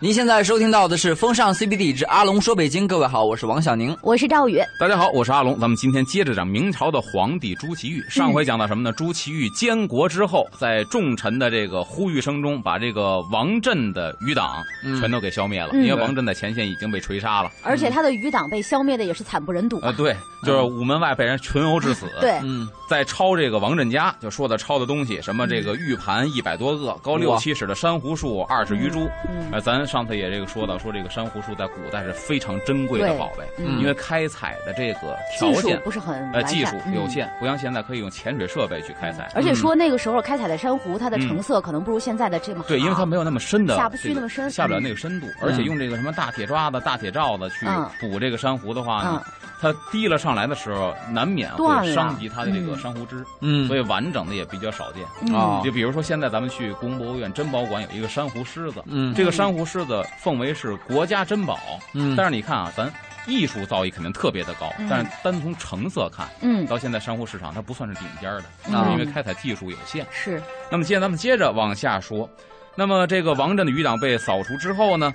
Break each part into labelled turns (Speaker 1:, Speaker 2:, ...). Speaker 1: 您现在收听到的是《风尚 CBD 之阿龙说北京》，各位好，我是王小宁。
Speaker 2: 我是赵宇，
Speaker 3: 大家好，我是阿龙，咱们今天接着讲明朝的皇帝朱祁钰。
Speaker 2: 嗯
Speaker 3: 上回讲到什么呢？朱祁钰监国之后，在众臣的这个呼吁声中，把这个王振的余党
Speaker 1: 嗯
Speaker 3: 全都给消灭了，
Speaker 2: 嗯
Speaker 3: 因为王振在前线已经被锤杀了。
Speaker 2: 而且他的余党被消灭的也是惨不忍睹啊
Speaker 3: 呃，对，就是午门外被人群殴致死。
Speaker 2: 嗯对，
Speaker 1: 嗯，
Speaker 3: 在抄这个王振家，就说的抄的东西，什么这个玉盘一百多个，高六
Speaker 1: 哇
Speaker 3: 七尺的珊瑚树二十余株。
Speaker 2: 嗯
Speaker 3: 呃，咱上次也这个说到，说这个珊瑚树在古代是非常珍贵的
Speaker 2: 对
Speaker 3: 宝贝，
Speaker 1: 嗯
Speaker 3: 因为开采的这个条
Speaker 2: 技术
Speaker 3: 件
Speaker 2: 不是很
Speaker 3: 呃，
Speaker 2: 完
Speaker 3: 技
Speaker 2: 善嗯
Speaker 3: 术，有限，不像现在可以用潜水设备去开采。
Speaker 2: 而且说那个时候开采的珊瑚，它的成色可能不如现在的这么好。
Speaker 3: 嗯
Speaker 2: 啊
Speaker 3: 对，因为它没有那么深的这个，
Speaker 2: 下不去那么深
Speaker 3: 下不了那个深度，而且用这个什么大铁抓子、大铁罩子去
Speaker 2: 嗯
Speaker 3: 捕这个珊瑚的话
Speaker 2: 嗯
Speaker 3: 呢，它滴了上来的时候，难免
Speaker 2: 断
Speaker 3: 会
Speaker 2: 了
Speaker 3: 伤及它的这个
Speaker 2: 嗯
Speaker 3: 珊瑚枝，
Speaker 1: 嗯
Speaker 3: 所以完整的也比较少见。
Speaker 2: 嗯
Speaker 1: 哦
Speaker 3: 就比如说现在咱们去故宫博物院珍宝馆有一个珊瑚狮子，
Speaker 1: 嗯
Speaker 3: 这个珊瑚狮子奉为是国家珍宝，
Speaker 1: 嗯
Speaker 3: 但是你看啊，咱艺术造诣肯定特别的高，
Speaker 2: 嗯
Speaker 3: 但是单从成色看，
Speaker 2: 嗯
Speaker 3: 到现在珊瑚市场它不算是顶尖儿的，
Speaker 2: 啊
Speaker 3: 就是因为开采技术有限。
Speaker 2: 是
Speaker 3: 那么接着咱们接着往下说，那么这个王振的余党被扫除之后呢，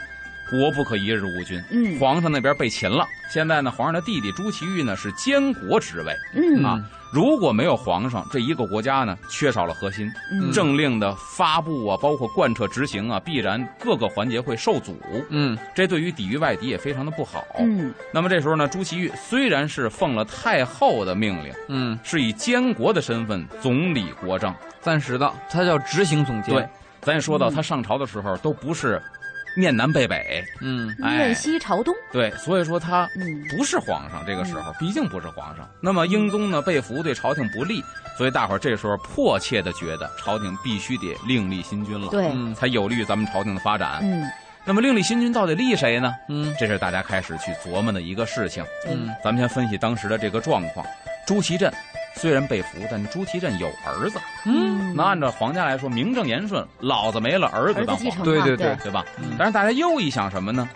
Speaker 3: 国不可一日无君。
Speaker 2: 嗯
Speaker 3: 皇上那边被擒了，现在呢，皇上的弟弟朱祁钰呢是监国职位，
Speaker 2: 嗯
Speaker 3: 啊，如果没有皇上，这一个国家呢缺少了核心，
Speaker 2: 嗯
Speaker 3: 政令的发布啊，包括贯彻执行啊，必然各个环节会受阻，
Speaker 1: 嗯
Speaker 3: 这对于抵御外敌也非常的不好。
Speaker 2: 嗯
Speaker 3: 那么这时候呢，朱祁钰虽然是奉了太后的命令，
Speaker 1: 嗯，
Speaker 3: 是以监国的身份总理国政。
Speaker 1: 暂时的，他叫执行总监。
Speaker 3: 对，，咱也说到
Speaker 2: 嗯
Speaker 3: 他上朝的时候都不是面南背北，
Speaker 1: 嗯
Speaker 3: 哎
Speaker 2: 面西朝东，
Speaker 3: 对，所以说他
Speaker 2: 嗯
Speaker 3: 不是皇上，这个时候毕竟不是皇上。那么英宗呢被俘对朝廷不利，所以大伙儿这时候迫切的觉得朝廷必须得另立新君了，，
Speaker 2: 对，
Speaker 1: 嗯
Speaker 3: 才有利于咱们朝廷的发展。
Speaker 2: 嗯
Speaker 3: 那么另立新君到底立谁呢？
Speaker 1: 嗯
Speaker 3: 这是大家开始去琢磨的一个事情。
Speaker 1: 嗯
Speaker 3: 咱们先分析当时的这个状况。朱祁镇虽然被俘，但朱祁镇有儿子。
Speaker 1: 嗯，
Speaker 3: 那按照皇家来说，名正言顺，老子没了，儿子
Speaker 2: 儿
Speaker 3: 当
Speaker 2: 子继承
Speaker 3: 皇上，
Speaker 1: 对
Speaker 2: 嘛
Speaker 1: 对对
Speaker 2: 对，
Speaker 3: 对吧？
Speaker 1: 嗯
Speaker 3: 但是大家又一想什么呢？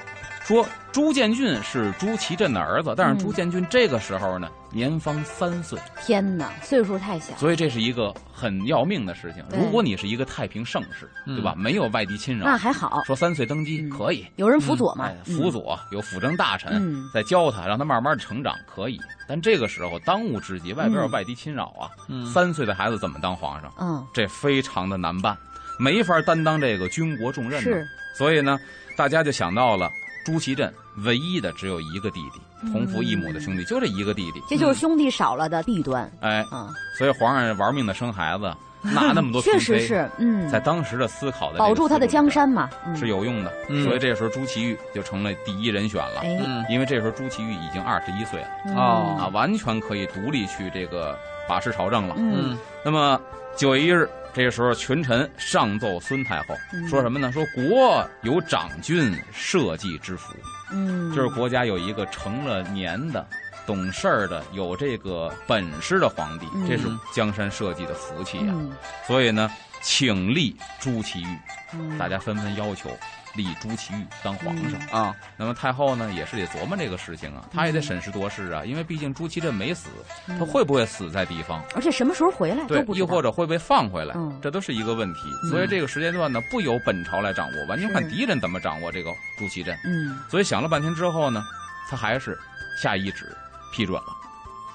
Speaker 3: 说朱见俊是朱祁镇的儿子，但
Speaker 2: 嗯
Speaker 3: 是朱见俊这个时候呢，年方三岁，
Speaker 2: 天哪，岁数太小，
Speaker 3: 所以这是一个很要命的事情。
Speaker 2: 对
Speaker 3: 如果你是一个太平盛世，
Speaker 1: 嗯
Speaker 3: 对吧？没有外敌侵扰，
Speaker 2: 那还好，
Speaker 3: 说三岁登基
Speaker 2: 嗯
Speaker 3: 可以，
Speaker 2: 有人辅佐嘛
Speaker 3: 嗯哎，，辅佐有辅政大臣
Speaker 2: 嗯
Speaker 3: 在教他，让他慢慢地成长可以。但这个时候当务之急，外边有
Speaker 2: 嗯
Speaker 3: 外敌侵扰啊，
Speaker 1: 嗯
Speaker 3: 三岁的孩子怎么当皇上？
Speaker 2: 嗯，
Speaker 3: 这非常的难办，没法担当这个军国重任
Speaker 2: 嗯
Speaker 3: 呢。
Speaker 2: 是，
Speaker 3: 所以呢，大家就想到了朱祁镇唯一的只有一个弟弟，同父异母的兄
Speaker 2: 嗯
Speaker 3: 弟，就这一个弟弟。
Speaker 2: 这就是兄弟少了的弊端
Speaker 3: 哎，
Speaker 2: 啊，
Speaker 3: 所以皇上玩命的生孩子，纳那么多嫔
Speaker 2: 确
Speaker 3: 妃，
Speaker 2: 实是，嗯
Speaker 3: 在，当时的思考的这个
Speaker 2: 保住他的
Speaker 3: 思路
Speaker 2: 江
Speaker 3: 里
Speaker 2: 山嘛，
Speaker 3: 边
Speaker 2: 嗯
Speaker 3: 是，有用的。
Speaker 1: 嗯
Speaker 3: 所以这时候朱祁钰就成了第一人选了，
Speaker 2: 哎，
Speaker 1: 嗯
Speaker 3: 因为这时候朱祁钰已经二十一岁了
Speaker 2: 嗯
Speaker 1: 哦
Speaker 3: 啊，完全可以独立去这个把持朝政了。
Speaker 2: 嗯
Speaker 1: 嗯
Speaker 3: 那么九月一日，这个时候群臣上奏孙太后，
Speaker 2: 嗯
Speaker 3: 说什么呢？说国有长君社稷之福，
Speaker 2: 嗯，
Speaker 3: 就是国家有一个成了年的、懂事儿的、有这个本事的皇帝，
Speaker 2: 嗯
Speaker 3: 这是江山社稷的福气呀、
Speaker 2: 嗯，
Speaker 3: 所以呢，请立朱祁钰，
Speaker 2: 嗯
Speaker 3: 大家纷纷要求立朱祁钰当皇上。
Speaker 2: 嗯
Speaker 1: 啊
Speaker 3: 那么太后呢，也是得琢磨这个事情啊，她也得审时度势啊，因为毕竟朱祁镇没死，
Speaker 2: 嗯
Speaker 3: 他会不会死在地方？
Speaker 2: 而且什么时候回来哎都
Speaker 3: 对
Speaker 2: 不，知
Speaker 3: 亦
Speaker 2: 道。
Speaker 3: 或者会被放回来
Speaker 2: 嗯，
Speaker 3: 这都是一个问题。
Speaker 2: 嗯
Speaker 3: 所以这个时间段呢，不由本朝来掌握，完全看
Speaker 2: 是
Speaker 3: 敌人怎么掌握这个朱祁镇。
Speaker 2: 嗯，
Speaker 3: 所以想了半天之后呢，他还是下一旨批准了，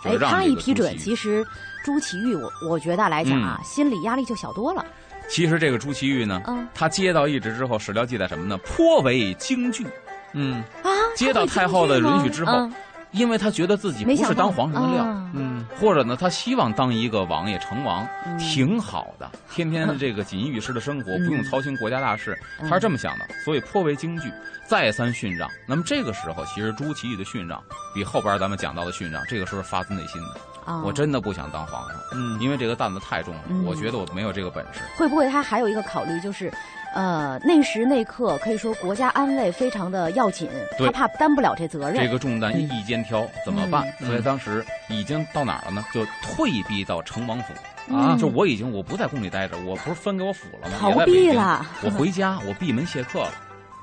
Speaker 3: 就
Speaker 2: 哎
Speaker 3: 是，让
Speaker 2: 他
Speaker 3: 这
Speaker 2: 一
Speaker 3: 个
Speaker 2: 批
Speaker 3: 朱
Speaker 2: 准，
Speaker 3: 祁
Speaker 2: 其实朱祁钰，我我觉得来讲啊，
Speaker 3: 嗯
Speaker 2: 心理压力就小多了。
Speaker 3: 其实这个朱祁钰呢，
Speaker 2: 嗯
Speaker 3: 他接到一旨之后，史料记载什么呢？颇为惊惧，
Speaker 1: 嗯
Speaker 2: 啊，
Speaker 3: 接
Speaker 2: 他
Speaker 3: 到
Speaker 2: 会
Speaker 3: 太后的
Speaker 2: 进去吗
Speaker 3: 允许之后
Speaker 2: 嗯
Speaker 3: 因为他觉得自己
Speaker 2: 没
Speaker 3: 不
Speaker 2: 想
Speaker 3: 是
Speaker 2: 到
Speaker 3: 当皇上的料。
Speaker 2: 啊
Speaker 1: 嗯
Speaker 3: 或者呢，他希望当一个王爷成王，
Speaker 2: 嗯
Speaker 3: 挺好的，天天这个锦衣玉食的生活，
Speaker 2: 嗯
Speaker 3: 不用操心国家大事，
Speaker 2: 嗯
Speaker 3: 他是这么想的，所以颇为惊惧，再三训让。那么这个时候，其实朱祁钰的训让比后边咱们讲到的训让，这个时候发自内心的，
Speaker 2: 啊，
Speaker 3: 我真的不想当皇上，
Speaker 1: 嗯
Speaker 3: 因为这个担子太重了，
Speaker 2: 嗯
Speaker 3: 我觉得我没有这个本事。
Speaker 2: 会不会他还有一个考虑就是，呃，那时那刻可以说国家安危非常的要紧，
Speaker 3: 对
Speaker 2: 他怕担不了这责任。
Speaker 3: 这个重担一肩挑，怎么办？
Speaker 1: 嗯
Speaker 3: 所以当时已经到哪儿了呢？就退避到成王府。
Speaker 1: 啊
Speaker 2: 嗯
Speaker 3: 就我已经我不在宫里待着，我不是分给我府了吗？
Speaker 2: 逃
Speaker 3: 也在北
Speaker 2: 避
Speaker 3: 京
Speaker 2: 了，
Speaker 3: 我回家，我闭门谢客了，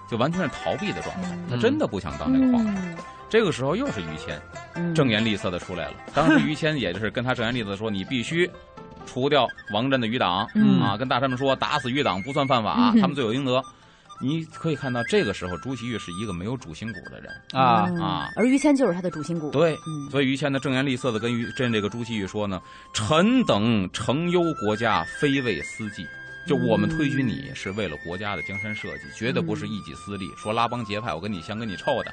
Speaker 3: 就完全是逃避的状态。
Speaker 2: 嗯
Speaker 3: 他真的不想当这个皇上。这个时候又是于谦
Speaker 2: 嗯
Speaker 3: 正颜厉色的出来了。当时于谦也就是跟他正颜厉色地说：“你必须除掉王振的余党、
Speaker 2: 嗯
Speaker 3: 啊，跟大臣们说打死余党不算犯法，
Speaker 2: 嗯
Speaker 3: 他们罪有应得。”你可以看到，这个时候朱祁钰是一个没有主心骨的人。
Speaker 1: 啊，
Speaker 2: 嗯
Speaker 3: 啊
Speaker 2: 而于谦就是他的主心骨。
Speaker 3: 对，
Speaker 2: 嗯
Speaker 3: 所以于谦呢，正言厉色的跟于跟这个朱祁钰说呢：“臣等诚忧国家，非为私计。就我们推举你是为了国家的江山社稷，绝对不是一己私
Speaker 2: 嗯
Speaker 3: 利。说拉帮结派，我跟你相跟你臭的，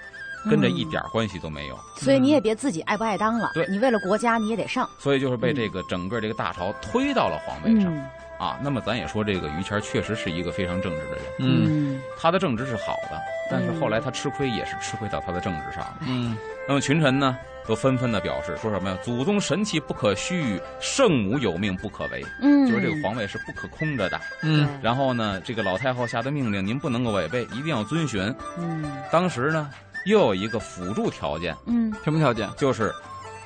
Speaker 3: 跟这一点关系都没有。
Speaker 2: 所以你也别自己爱不爱当了，
Speaker 3: 嗯对
Speaker 2: 你为了国家你也得上。
Speaker 3: 所以就是被这个整个这个大潮推到了皇位上、
Speaker 2: 嗯
Speaker 3: 啊。那么咱也说，这个于谦确实是一个非常正直的人，
Speaker 1: 嗯
Speaker 3: 他的正直是好的，但是后来他吃亏也是吃亏到他的正直上了。
Speaker 1: 嗯
Speaker 3: 那么群臣呢，都纷纷的表示说什么呀？祖宗神器不可虚，圣母有命不可违，
Speaker 2: 嗯，
Speaker 3: 就是这个皇位是不可空着的。
Speaker 1: 嗯
Speaker 3: 然后呢，这个老太后下的命令您不能够违背，一定要遵循。
Speaker 2: 嗯
Speaker 3: 当时呢，又有一个辅助条件，
Speaker 2: 嗯
Speaker 1: 什么条件？
Speaker 3: 就是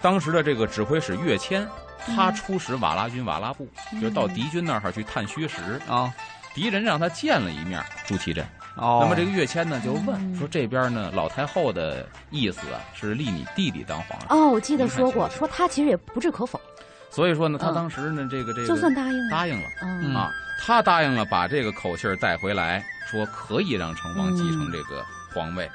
Speaker 3: 当时的这个指挥使岳谦。
Speaker 2: 嗯
Speaker 3: 他出使瓦剌军瓦剌部，就是到敌军那儿去探虚实。
Speaker 1: 啊
Speaker 3: 敌人让他见了一面朱祁镇，
Speaker 1: 哦，
Speaker 3: 那么这个岳谦呢就问
Speaker 2: 嗯
Speaker 3: 说：“这边呢，老太后的意思啊是立你弟弟当皇上。”
Speaker 2: 哦，我记得说
Speaker 3: 你看
Speaker 2: 过，
Speaker 3: 这个
Speaker 2: 说他其实也不置可否，
Speaker 3: 所以说呢，他
Speaker 2: 嗯
Speaker 3: 当时呢，这个这个
Speaker 2: 就算答应了，
Speaker 3: 答应了
Speaker 2: 嗯
Speaker 1: 嗯
Speaker 3: 啊，他答应了把这个口气儿带回来，说可以让成王继
Speaker 2: 嗯
Speaker 3: 承这个皇位。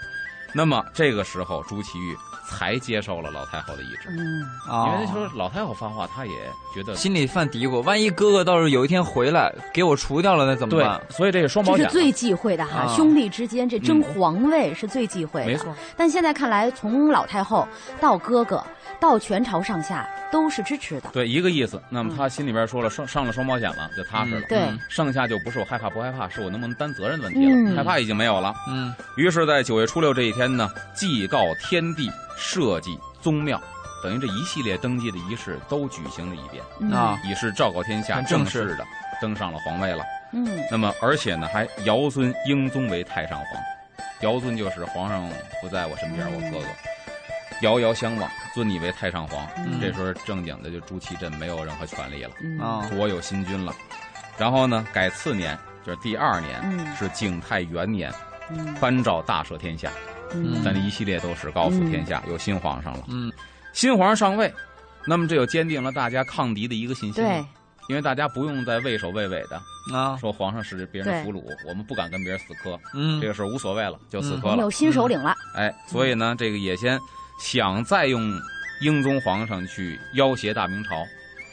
Speaker 3: 那么这个时候，朱祁钰才接受了老太后的意志，
Speaker 2: 嗯
Speaker 1: 啊
Speaker 3: 因为说老太后发话，他也觉得
Speaker 1: 心里犯嘀咕，万一哥哥到时候有一天回来给我除掉了，那怎么
Speaker 3: 对
Speaker 1: 办？，
Speaker 3: 所以这个双
Speaker 2: 这
Speaker 3: 保
Speaker 2: 是
Speaker 3: 险
Speaker 2: 最忌讳的哈，
Speaker 1: 啊
Speaker 2: 兄弟之间这争
Speaker 3: 嗯
Speaker 2: 皇位是最忌讳的。
Speaker 3: 没错，
Speaker 2: 但现在看来，从老太后到哥哥，到全朝上下都是支持的。
Speaker 3: 对一个意思。那么
Speaker 2: 嗯
Speaker 3: 他心里边说了，上上了双保险了，就踏实了。
Speaker 1: 嗯
Speaker 2: 对
Speaker 1: 嗯
Speaker 3: 上下就不是我害怕不害怕，是我能不能担责任的问题了。
Speaker 2: 嗯
Speaker 3: 害怕已经没有了。
Speaker 1: 嗯
Speaker 3: 于是，在九月初六这一天呢，祭告天地，社稷宗庙，等于这一系列登基的仪式都举行了一遍，
Speaker 2: 嗯
Speaker 1: 啊，
Speaker 3: 以示昭告天下，
Speaker 1: 很
Speaker 3: 正
Speaker 1: 正式
Speaker 3: 式的登上了皇位了。
Speaker 2: 嗯
Speaker 3: 那么，而且呢，还尧尊英宗为太上皇，尧尊就是皇上不在我身边，我哥哥。遥遥相望，尊你为太上皇。
Speaker 2: 嗯
Speaker 3: 这时候正经的就朱祁镇没有任何权利了，
Speaker 2: 嗯
Speaker 1: 啊
Speaker 3: 国有新君了。然后呢，改次年就是第二年，
Speaker 2: 嗯
Speaker 3: 是景泰元年，
Speaker 2: 嗯
Speaker 3: 颁诏大赦天下。
Speaker 2: 嗯
Speaker 3: 咱这一系列都是告诉天下，有新皇上了。
Speaker 1: 嗯
Speaker 3: 新皇上上位，那么这就坚定了大家抗敌的一个信心。
Speaker 2: 对，，哦
Speaker 3: 因为大家不用再畏首畏尾的
Speaker 1: 啊
Speaker 3: 说皇上是别人的俘虏，我们不敢跟别人死磕，
Speaker 1: 嗯
Speaker 3: 这个事儿无所谓了，就死
Speaker 2: 我
Speaker 3: 磕
Speaker 2: 们
Speaker 3: 了。
Speaker 2: 有新首领了。
Speaker 3: 哎，所以呢，这个也先想再用英宗皇上去要挟大明朝，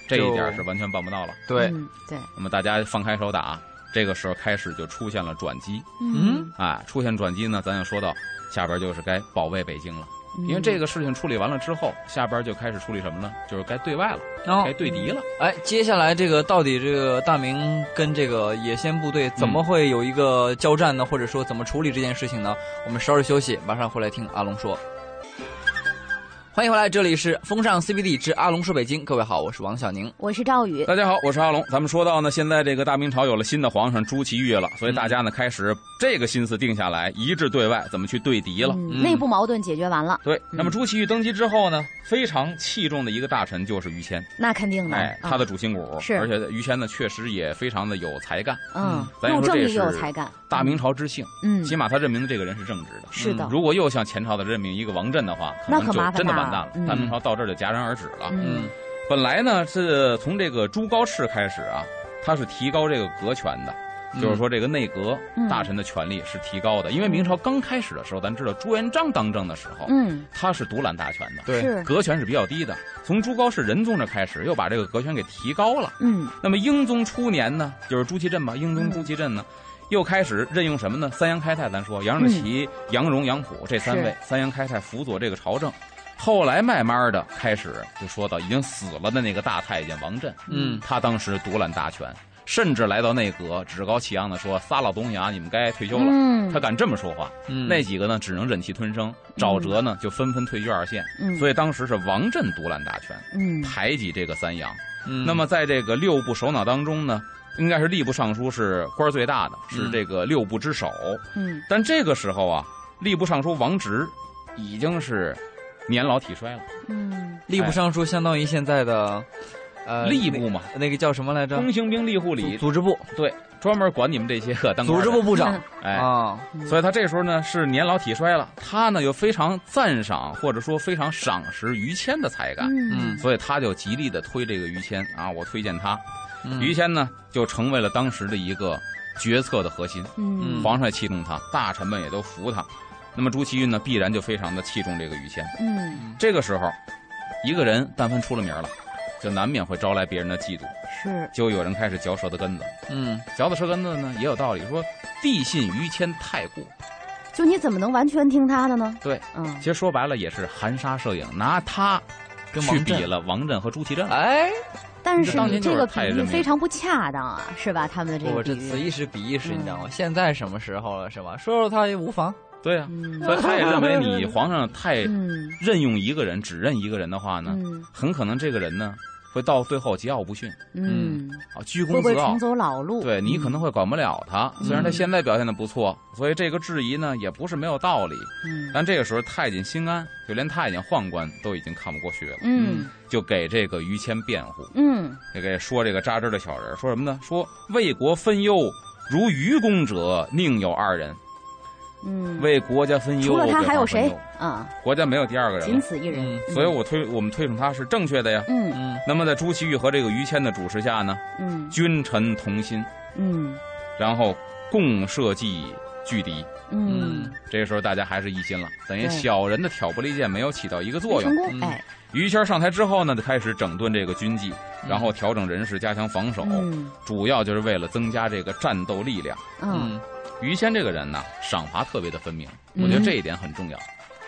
Speaker 3: 这一点是完全办不到了。
Speaker 1: 对，
Speaker 2: 嗯对，
Speaker 3: 那么大家放开手打，啊这个时候开始就出现了转机。
Speaker 1: 嗯
Speaker 3: 哎，出现转机呢，咱就说到下边就是该保卫北京了。
Speaker 2: 嗯
Speaker 3: 因为这个事情处理完了之后，下边就开始处理什么呢？就是该对外了，
Speaker 1: 然后
Speaker 3: 该对敌了。
Speaker 1: 哎，接下来这个到底这个大明跟这个野仙部队怎么会有一个交战呢？或者说怎么处理这件事情呢？我们稍事休息，马上回来听阿龙说。欢迎回来，这里是风尚 CBD 之阿龙说北京。各位好，我是王小宁。
Speaker 2: 我是赵宇，
Speaker 3: 大家好，我是阿龙。咱们说到呢，现在这个大明朝有了新的皇上朱祁钰了，所以大家呢开始这个心思定下来，一致对外，怎么去对敌了。
Speaker 2: 嗯
Speaker 1: 嗯
Speaker 2: 内部矛盾解决完了，
Speaker 3: 对，那么朱祁钰登基之后呢，非常器重的一个大臣就是于谦，
Speaker 2: 那肯定的。
Speaker 3: 哎，
Speaker 2: 啊
Speaker 3: 他的主心骨
Speaker 2: 是
Speaker 3: 而且于谦呢确实也非常的有才干，
Speaker 2: 嗯，
Speaker 3: 咱也
Speaker 2: 又
Speaker 3: 说
Speaker 2: 正
Speaker 3: 这
Speaker 2: 义又有
Speaker 3: 是
Speaker 2: 才干，
Speaker 3: 大明朝之幸，
Speaker 2: 嗯
Speaker 3: 起码他任命的这个人是正直的。
Speaker 2: 是的，
Speaker 3: 如果又像前朝的任命一个王振的话，可
Speaker 2: 那
Speaker 3: 能
Speaker 2: 可
Speaker 3: 就
Speaker 2: 麻烦
Speaker 3: 真的
Speaker 2: 大
Speaker 3: 完
Speaker 2: 了
Speaker 3: 蛋了。
Speaker 2: 嗯
Speaker 3: 大明朝到这儿就戛然而止了。
Speaker 2: 嗯
Speaker 1: 嗯
Speaker 3: 本来呢是从这个朱高炽开始啊，他是提高这个阁权的，
Speaker 1: 嗯
Speaker 3: 就是说这个内阁、
Speaker 2: 嗯
Speaker 3: 大臣的权力是提高的。因为明朝刚开始的时候，咱知道朱元璋当政的时候，
Speaker 2: 嗯
Speaker 3: 他是独揽大权的，
Speaker 1: 嗯对，
Speaker 2: 是
Speaker 3: 阁权是比较低的。从朱高炽仁宗这开始，又把这个阁权给提高了。
Speaker 2: 嗯
Speaker 3: 那么英宗初年呢，就是朱祁镇吧，英宗
Speaker 2: 嗯
Speaker 3: 朱祁镇呢，又开始任用什么呢？三阳开泰，咱说杨士奇、杨荣、杨虎这三位
Speaker 2: 是，
Speaker 3: 三阳开泰辅佐这个朝政。后来慢慢的开始就说到已经死了的那个大太监王振，
Speaker 1: 嗯
Speaker 3: 他当时独揽大权，甚至来到内阁趾高气扬的说：“仨老东西啊，你们该退休了。
Speaker 2: 嗯
Speaker 3: 他敢这么说话，
Speaker 1: 嗯
Speaker 3: 那几个呢只能忍气吞声，沼泽呢就纷纷退居二线。
Speaker 2: 嗯
Speaker 3: 所以当时是王振独揽大权，
Speaker 2: 嗯
Speaker 3: 排挤这个三阳。
Speaker 1: 嗯
Speaker 3: 那么在这个六部首脑当中呢，应该是吏部尚书是官儿最大的，是这个六部之首。
Speaker 2: 嗯
Speaker 3: 但这个时候啊，吏部尚书王直已经是年老体衰了，
Speaker 2: 嗯
Speaker 3: 哎
Speaker 1: 吏部尚书相当于现在的呃
Speaker 3: 吏部嘛，
Speaker 1: 那那个叫什么来着？
Speaker 3: 工行兵吏护
Speaker 1: 组
Speaker 3: 理，
Speaker 1: 组织部，
Speaker 3: 对， 专门管你们这些个当官
Speaker 1: 组
Speaker 3: 的
Speaker 1: 织部部
Speaker 2: 嗯
Speaker 1: 长
Speaker 3: 哎。
Speaker 1: 啊，
Speaker 3: 所以他这时候呢是年老体衰了，他呢又非常赞赏或者说非常赏识于谦的才干，
Speaker 2: 嗯
Speaker 1: 嗯
Speaker 3: 所以他就极力的推这个于谦啊，我推荐他。
Speaker 1: 嗯
Speaker 3: 于谦呢就成为了当时的一个决策的核心。
Speaker 2: 嗯
Speaker 3: 皇上也器重他，大臣们也都服他。那么朱祁钰呢，必然就非常的器重这个于谦。
Speaker 2: 嗯，
Speaker 3: 这个时候，一个人但凡出了名了，就难免会招来别人的嫉妒，
Speaker 2: 是，
Speaker 3: 就有人开始嚼舌头根子。
Speaker 1: 嗯，
Speaker 3: 嚼的舌根子呢，也有道理，说地信于谦太过。
Speaker 2: 就你怎么能完全听他的呢？
Speaker 3: 对，
Speaker 2: 嗯
Speaker 3: 其，实说白了也是含沙射影，拿他
Speaker 1: 跟
Speaker 3: 去
Speaker 1: 王
Speaker 3: 比
Speaker 1: 震
Speaker 3: 了王震和朱祁镇。
Speaker 1: 哎，
Speaker 2: 但是
Speaker 3: 当
Speaker 2: 你
Speaker 3: 年
Speaker 2: 这
Speaker 3: 就是
Speaker 2: 个比
Speaker 3: 太
Speaker 2: 喻
Speaker 3: 认命
Speaker 2: 非常不恰当啊，是吧？他们的这
Speaker 1: 我
Speaker 2: 个
Speaker 1: 这
Speaker 2: 比
Speaker 1: 此
Speaker 2: 喻，
Speaker 1: 一时彼一时，你知道吗？现在什么时候了，是吧？说说他也无妨。
Speaker 3: 对呀、
Speaker 2: 嗯
Speaker 3: 所以他也认为你皇上太
Speaker 2: 嗯
Speaker 3: 任用一个人，只认一个人的话呢，
Speaker 2: 嗯
Speaker 3: 很可能这个人呢会到最后桀骜不驯
Speaker 2: 嗯，
Speaker 3: 啊，居
Speaker 2: 会
Speaker 3: 功
Speaker 2: 不会嗯
Speaker 3: 自傲
Speaker 2: 重。走老路？
Speaker 3: 对你可能会管不了他，虽然他
Speaker 1: 嗯
Speaker 3: 现在表现的不错，所以这个质疑呢也不是没有道理。
Speaker 2: 嗯
Speaker 3: 但这个时候太监心安，就连太监宦官都已经看不过去了，
Speaker 2: 嗯
Speaker 3: 就给这个于谦辩护，
Speaker 2: 嗯
Speaker 3: 就给说这个扎针的小人说什么呢？说为国分忧如愚公者，宁有二人；
Speaker 2: 嗯，
Speaker 3: 为国家分忧，
Speaker 2: 除了他
Speaker 3: 为
Speaker 2: 还有
Speaker 3: 国家分
Speaker 2: 谁
Speaker 3: 忧？
Speaker 2: 啊？
Speaker 3: 国家没有第二个人
Speaker 2: 仅
Speaker 3: 了，
Speaker 2: 此一人。
Speaker 1: 嗯
Speaker 3: 所以我推我们推崇他是正确的呀。
Speaker 2: 嗯
Speaker 1: 嗯
Speaker 3: 那么在朱祁钰和这个于谦的主持下呢，
Speaker 2: 嗯
Speaker 3: 君臣同心，
Speaker 2: 嗯
Speaker 3: 然后共设计拒敌。
Speaker 2: 嗯，
Speaker 3: 这个时候大家还是一心了，等于
Speaker 2: 对
Speaker 3: 小人的挑拨离间没有起到一个作
Speaker 2: 没
Speaker 3: 用
Speaker 2: 成。功
Speaker 1: 嗯
Speaker 2: 哎，
Speaker 3: 于谦上台之后呢，就开始整顿这个军纪，然后调整人事，加强防守，
Speaker 2: 嗯
Speaker 3: 主要就是为了增加这个战斗力量。
Speaker 2: 嗯，
Speaker 1: 嗯
Speaker 3: 于谦这个人呢，赏罚特别的分明，
Speaker 2: 嗯
Speaker 3: 我觉得这一点很重要。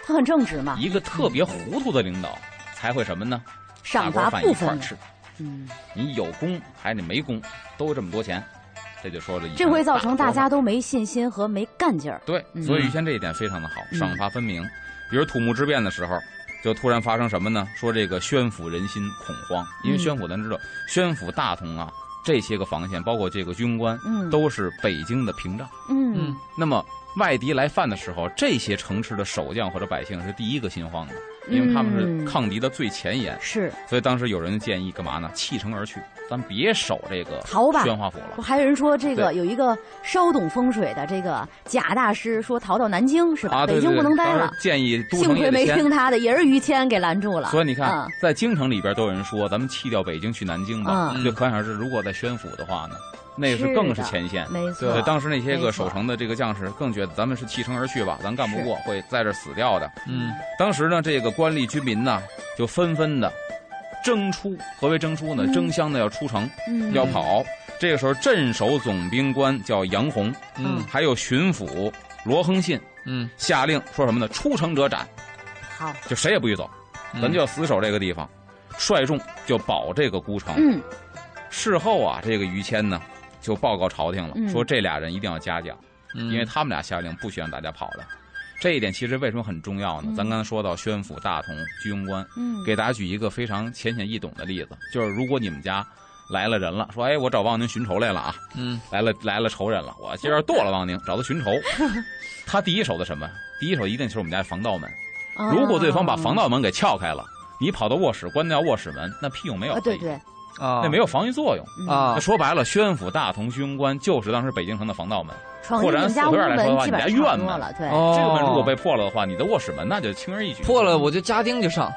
Speaker 2: 他很正直嘛，
Speaker 3: 一个特别糊涂的领导才会什么呢？大
Speaker 2: 赏
Speaker 3: 锅
Speaker 2: 罚
Speaker 3: 饭
Speaker 2: 不
Speaker 3: 一
Speaker 2: 分
Speaker 3: 块儿
Speaker 2: 明
Speaker 3: 吃，
Speaker 2: 嗯，
Speaker 3: 你有功还是没功，都这么多钱，这就说了一
Speaker 2: 这会造成大
Speaker 3: 锅饭
Speaker 2: 家都没信心和没干劲儿。
Speaker 3: 对，
Speaker 2: 嗯
Speaker 3: 所以于谦这一点非常的好，
Speaker 2: 嗯
Speaker 3: 赏罚分明。比如土木之变的时候，就突然发生什么呢？说这个宣抚人心恐慌，因为
Speaker 2: 嗯
Speaker 3: 宣抚咱知道，宣抚大同啊这些个防线，包括这个军官，
Speaker 2: 嗯，
Speaker 3: 都是北京的屏障。
Speaker 2: 嗯
Speaker 3: 那么外敌来犯的时候，这些城池的守将或者百姓是第一个心慌的，
Speaker 2: 嗯
Speaker 3: 因为他们是抗敌的最前沿。
Speaker 2: 是
Speaker 3: 所以当时有人建议干嘛呢？弃城而去，咱别守这个
Speaker 2: 逃吧。
Speaker 3: 宣化府了
Speaker 2: 不。还有人说这个有一个稍懂风水的这个贾大师说逃到南京是吧？
Speaker 3: 啊，对
Speaker 2: 北
Speaker 3: 对
Speaker 2: 京
Speaker 3: 对，
Speaker 2: 不能待
Speaker 3: 当时
Speaker 2: 了，
Speaker 3: 建议都
Speaker 2: 幸
Speaker 3: 城
Speaker 2: 亏
Speaker 3: 也得
Speaker 2: 没
Speaker 3: 迁
Speaker 2: 听他的，也是于谦给拦住了。
Speaker 3: 所以你看，
Speaker 2: 嗯
Speaker 3: 在京城里边都有人说，咱们弃掉北京去南京吧，
Speaker 1: 嗯
Speaker 3: 就可想而知，如果在宣府的话呢，那
Speaker 2: 是
Speaker 3: 是
Speaker 2: 的
Speaker 3: 更是前线。
Speaker 2: 没
Speaker 1: 对
Speaker 2: 错
Speaker 3: 对，，当时那些
Speaker 2: 没
Speaker 3: 个
Speaker 2: 错
Speaker 3: 守城的这个将士更觉得咱们是弃城而去吧，咱干不
Speaker 2: 是
Speaker 3: 过，会在这儿死掉的。
Speaker 1: 嗯
Speaker 3: 当时呢，这个官吏军民呢，就纷纷的争出。何为争出呢？
Speaker 2: 嗯
Speaker 3: 争相的要出城，
Speaker 2: 嗯
Speaker 3: 要跑。这个时候，镇守总兵官叫杨洪，
Speaker 1: 嗯
Speaker 3: 还有巡抚罗亨信
Speaker 1: 嗯，
Speaker 3: 下令说什么呢？出城者斩，
Speaker 2: 好，
Speaker 3: 就谁也不许走。
Speaker 1: 嗯
Speaker 3: 咱
Speaker 2: 嗯
Speaker 3: 就要死守这个地方，率众就保这个孤城。
Speaker 2: 嗯
Speaker 3: 事后啊，这个于谦呢就报告朝廷了，
Speaker 2: 嗯
Speaker 3: 说这俩人一定要嘉奖，
Speaker 1: 嗯
Speaker 3: 因为他们俩下令不许让大家跑的。这一点其实为什么很重要呢？
Speaker 2: 嗯
Speaker 3: 咱刚才说到宣府、大同、居庸关，
Speaker 2: 嗯，
Speaker 3: 给大家举一个非常浅显易懂的例子，就是如果你们家来了人了，说哎，我找汪宁寻仇来了啊，
Speaker 1: 嗯
Speaker 3: 来了来了仇人了，我今儿剁了汪宁，找他寻 仇。他第一手的什么？第一手一定就是我们家防盗门。
Speaker 2: 哦
Speaker 3: 如果对方把防
Speaker 2: 盗
Speaker 3: 盗门给撬开了，你跑到卧室关掉卧室门，那屁用没有
Speaker 2: 啊，
Speaker 3: 了已
Speaker 2: 对
Speaker 3: 经，
Speaker 2: 对
Speaker 1: 啊，
Speaker 3: 那没有防御作用。
Speaker 2: 嗯
Speaker 1: 啊
Speaker 3: 那，说白了，宣府、大同、军关就是当时北京城的防盗门。
Speaker 2: 闯进你们家屋门基本上差不多了，对，
Speaker 1: 哦
Speaker 3: 这个门如果被破了的话，你的卧室门那就轻而易举。
Speaker 1: 破了，我就加钉就上。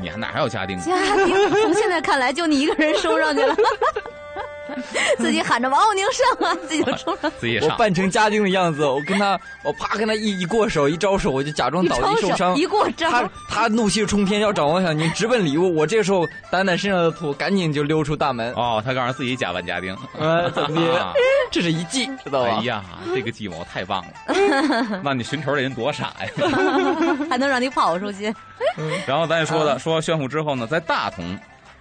Speaker 3: 你还哪还有家丁？
Speaker 2: 家庭啊 从现在看来就你一个人收上去了， 自己喊着王傲宁上啊，自己就冲上，
Speaker 3: 自己也
Speaker 1: 我
Speaker 3: 上。
Speaker 1: 扮成家丁的样子，我跟他，我啪跟他一一过手，一招手，我就假装
Speaker 2: 一
Speaker 1: 倒地受
Speaker 2: 抽手
Speaker 1: 伤。
Speaker 2: 一过
Speaker 1: 他
Speaker 2: 招，
Speaker 1: 他怒气冲天要找王小宁直奔礼物，我这时候掸掸身上的土，赶紧就溜出大门。
Speaker 3: 哦，他告诉自己假扮家丁。
Speaker 1: 呃，怎么
Speaker 3: 啊
Speaker 1: 的？这是一计，知道
Speaker 3: 哎
Speaker 1: 吧？
Speaker 3: 呀，这个计谋太棒 了！那你寻仇的人多傻呀！
Speaker 2: 还能让你跑出去，
Speaker 3: 然后咱也说
Speaker 2: 嗯
Speaker 3: 的，说宣府之后呢，在大同，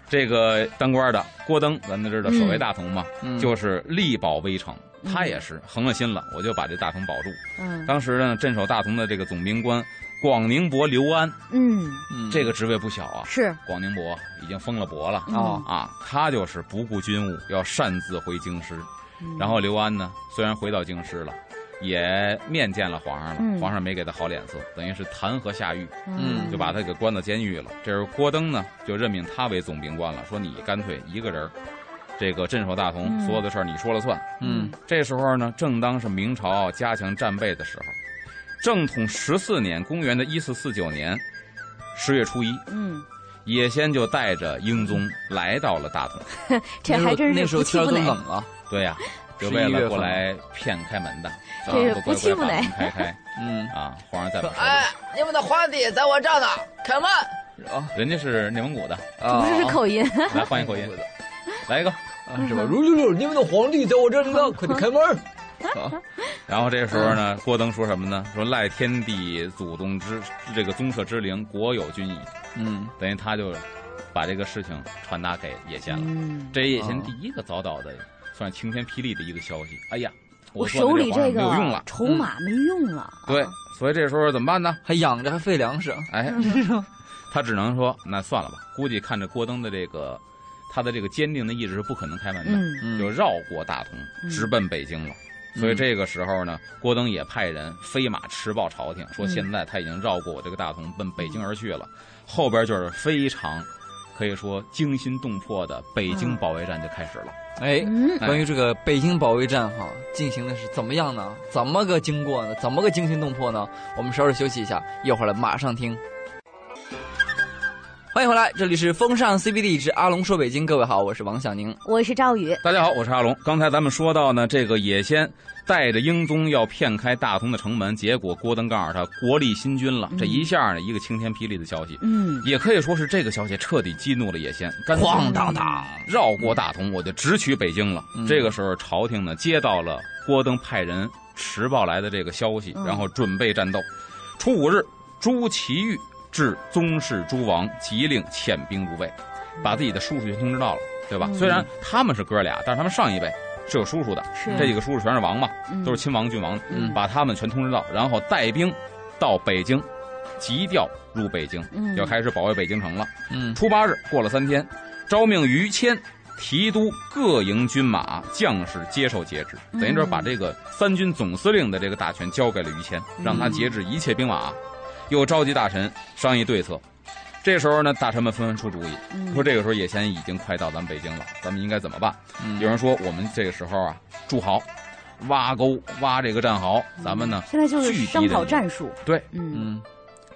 Speaker 3: 这个当官的郭登，咱们都知道
Speaker 2: 嗯
Speaker 3: 守卫大同嘛，
Speaker 1: 嗯
Speaker 3: 就是力保危城。
Speaker 2: 嗯
Speaker 3: 他也是横了心了，我就把这大同保住。
Speaker 2: 嗯
Speaker 3: 当时呢，镇守大同的这个总兵官广宁伯刘安，
Speaker 2: 嗯，
Speaker 1: 嗯
Speaker 3: 这个职位不小啊。
Speaker 2: 是
Speaker 3: 广宁伯已经封了伯
Speaker 2: 嗯
Speaker 3: 了
Speaker 1: 哦，
Speaker 3: 啊，他就是不顾军务，要擅自回京师。
Speaker 2: 嗯
Speaker 3: 然后刘安呢，虽然回到京师了，也面见了皇上
Speaker 2: 嗯
Speaker 3: 了，皇上没给他好脸色，等于是弹劾下狱，
Speaker 1: 嗯
Speaker 3: 就把他给关到监狱了。这时候郭登呢，就任命他为总兵官了，说你干脆一个人儿，这个镇守大同，
Speaker 2: 嗯
Speaker 3: 所有的事儿你说了算。
Speaker 1: 嗯
Speaker 3: 这时候呢，正当是明朝加强战备的时候，正统十四年，公元的一四四九年十月初一，
Speaker 2: 嗯，
Speaker 3: 也先就带着英宗来到了大同。
Speaker 1: 那
Speaker 2: 这
Speaker 1: 时候
Speaker 2: 还真
Speaker 1: 那
Speaker 2: 是
Speaker 1: 时
Speaker 2: 不
Speaker 1: 候
Speaker 2: 气
Speaker 1: 天
Speaker 2: 不
Speaker 1: 儿都冷
Speaker 2: 馁，
Speaker 1: 了，
Speaker 3: 对呀、就
Speaker 1: 11
Speaker 3: 为
Speaker 1: 月
Speaker 3: 了
Speaker 1: 份
Speaker 3: 过来骗开门的，
Speaker 2: 这
Speaker 3: 啊
Speaker 2: 是
Speaker 3: 都
Speaker 2: 不
Speaker 3: 乖
Speaker 2: 欺
Speaker 3: 乖
Speaker 2: 负
Speaker 3: 把
Speaker 2: 哪
Speaker 3: 门开开
Speaker 1: 嗯
Speaker 3: 啊！皇上在我手
Speaker 4: 哎
Speaker 3: 里，，
Speaker 4: 你们的皇帝在我这儿呢，开门！
Speaker 1: 啊
Speaker 3: 人家是内蒙古的，
Speaker 1: 啊，
Speaker 2: 不是是口音，
Speaker 3: 来换一 口音，来一个。
Speaker 1: 啊是吧？
Speaker 5: 噜噜噜，你们的皇帝在我这里呢，快点开门！
Speaker 3: 然后这时候呢，郭登说什么呢？说赖天帝祖宗之这个宗社之灵，国有君矣。
Speaker 1: 嗯
Speaker 3: 等于他就把这个事情传达给叶县了。
Speaker 2: 嗯，
Speaker 3: 这也叶
Speaker 1: 哦
Speaker 3: 县第一个遭到的，算是晴天霹雳的一个消息。哎呀，
Speaker 2: 嗯我
Speaker 3: 做
Speaker 2: 手
Speaker 3: 的
Speaker 2: 里
Speaker 3: 这
Speaker 2: 这
Speaker 3: 活儿没有用
Speaker 2: 个，
Speaker 3: 了嗯
Speaker 2: 啊筹码没用了，
Speaker 3: 对，所以这时候怎么办呢？
Speaker 1: 还养着还费粮食，
Speaker 3: 哎，
Speaker 2: 嗯
Speaker 3: 他只能说那算了吧。估计看着郭登的这个，他的这个坚定的意志是不可能开门的，
Speaker 2: 嗯，
Speaker 1: 嗯
Speaker 3: 就绕过大同，直奔北京了。所以这个时候呢，郭登也派人飞马驰报朝廷，说
Speaker 2: 嗯
Speaker 3: 现在他已经绕过我这个大同，奔北京而去了。后边就是非常，可以说惊心动魄的北京保卫战就开始了。
Speaker 1: 哎。
Speaker 2: 嗯，
Speaker 1: 关于这个北京保卫战哈，进行的是怎么样呢？怎么个经过呢？怎么个惊心动魄呢？我们稍事休息一下，一会儿来马上听。欢迎回来，这里是风尚 CBD 之阿龙说北京，各位好，我是王小宁。
Speaker 2: 我是赵宇，
Speaker 3: 大家好，我是阿龙。刚才咱们说到呢，这个野先带着英宗要骗开大同的城门，结果郭登告诉他国立新军了。这一下呢，一个晴天霹雳的消息，
Speaker 2: 嗯，
Speaker 3: 也可以说是这个消息彻底激怒了野先，干脆
Speaker 1: 哐当当，
Speaker 3: 绕过大同，我就直取北京了。
Speaker 1: 嗯
Speaker 3: 这个时候，朝廷呢接到了郭登派人持报来的这个消息，
Speaker 2: 嗯
Speaker 3: 然后准备战斗。初五日，朱祁钰致宗室诸王，即令遣兵入魏，把自己的叔叔全通知到了，对吧？
Speaker 2: 嗯
Speaker 3: 虽然他们是哥俩，但是他们上一辈是有叔叔的，
Speaker 2: 是
Speaker 3: 这几个叔叔全是王嘛，都是亲王郡王，
Speaker 1: 嗯
Speaker 3: 把他们全通知到，然后带兵到北京，急调入北京，
Speaker 2: 嗯
Speaker 3: 要开始保卫北京城了。
Speaker 1: 嗯
Speaker 3: 初八日过了三天，诏命于谦提督各营军马将士接受节制，
Speaker 2: 嗯
Speaker 3: 等于说把这个三军总司令的这个大权交给了于谦，让
Speaker 2: 嗯
Speaker 3: 他节制一切兵马，又召集大臣商议对策。这时候呢，大臣们纷纷出主意，
Speaker 2: 嗯
Speaker 3: 说这个时候野先已经快到咱们北京了，咱们应该怎么办？
Speaker 1: 嗯
Speaker 3: 有人说我们这个时候啊，筑壕、挖沟、挖这个战壕，咱们呢，
Speaker 2: 现在就是商讨战术，
Speaker 3: 对，
Speaker 2: 嗯
Speaker 1: 嗯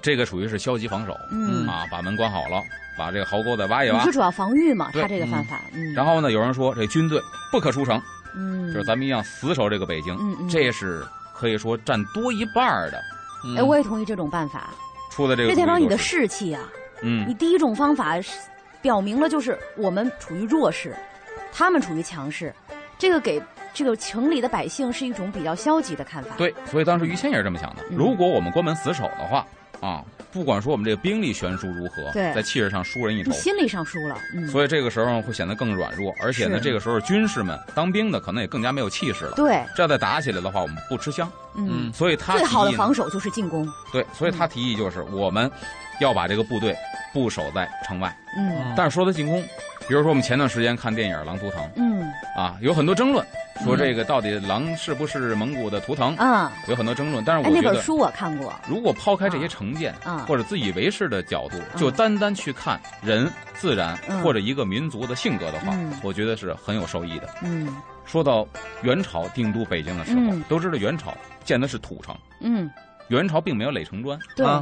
Speaker 3: 这个属于是消极防守，
Speaker 2: 嗯，
Speaker 3: 啊，把门关好了，把这个壕沟再挖一
Speaker 2: 你
Speaker 3: 挖
Speaker 2: 是。主要防御嘛，
Speaker 3: 对
Speaker 2: 他这个方法，嗯，
Speaker 3: 然
Speaker 2: 后
Speaker 3: 后呢，有人说这军队不可出城，
Speaker 2: 嗯，
Speaker 3: 就是咱们一样死守这个北京，
Speaker 2: 嗯嗯
Speaker 3: 这是可以说占多一半儿的
Speaker 1: 嗯，
Speaker 2: 哎，我也同意这种办法，
Speaker 3: 出的这个
Speaker 2: 这
Speaker 3: 主
Speaker 2: 代
Speaker 3: 意
Speaker 2: 表你的
Speaker 3: 就是
Speaker 2: 士气啊。你
Speaker 3: 嗯
Speaker 2: 第一种方法是表明了就是我们处于弱势，他们处于强势，这个给这个城里的百姓是一种比较消极的看法。，
Speaker 3: 对，所以当时于谦也是这么想的，
Speaker 2: 嗯
Speaker 3: 如果我们关门死守的话啊，不管说我们这个兵力悬殊如何，
Speaker 2: 对
Speaker 3: 在气势上输人一筹
Speaker 2: 你。心理上输了，嗯，
Speaker 3: 所以这个时候会显得更软弱，而且呢，
Speaker 2: 是
Speaker 3: 这个时候军士们当兵的可能也更加没有气势了。
Speaker 2: 对，
Speaker 3: 这要再打起来的话，我们不吃香。
Speaker 2: 嗯，
Speaker 1: 嗯
Speaker 3: 所以他
Speaker 2: 最好的嗯
Speaker 3: 提议呢
Speaker 2: 防守就是进攻，
Speaker 3: 对，所以他提议就是我们要把这个部队部守在城外。
Speaker 2: 嗯
Speaker 1: 嗯
Speaker 3: 但是说到进攻，比如说我们前段时间看电影《狼图腾》，
Speaker 2: 嗯
Speaker 3: 啊，有很多争论，说这个到底狼是不是蒙古的图腾，
Speaker 2: 啊，
Speaker 3: 有很多争论。但是
Speaker 2: 哎，
Speaker 3: 我
Speaker 2: 那
Speaker 3: 觉
Speaker 2: 本
Speaker 3: 得，
Speaker 2: 书我看过，
Speaker 3: 如果抛开这些成见
Speaker 2: 啊
Speaker 3: 或者自以为是的角度，就单单去看人、自然
Speaker 2: 嗯
Speaker 3: 或者一个民族的性格的话
Speaker 2: 嗯，
Speaker 3: 我觉得是很有受益的。
Speaker 2: 嗯
Speaker 3: 说到元朝定都北京的时候
Speaker 2: 嗯，
Speaker 3: 都知道元朝建的是土城，
Speaker 2: 嗯，
Speaker 3: 元朝并没有垒城砖。
Speaker 2: 对，
Speaker 1: 啊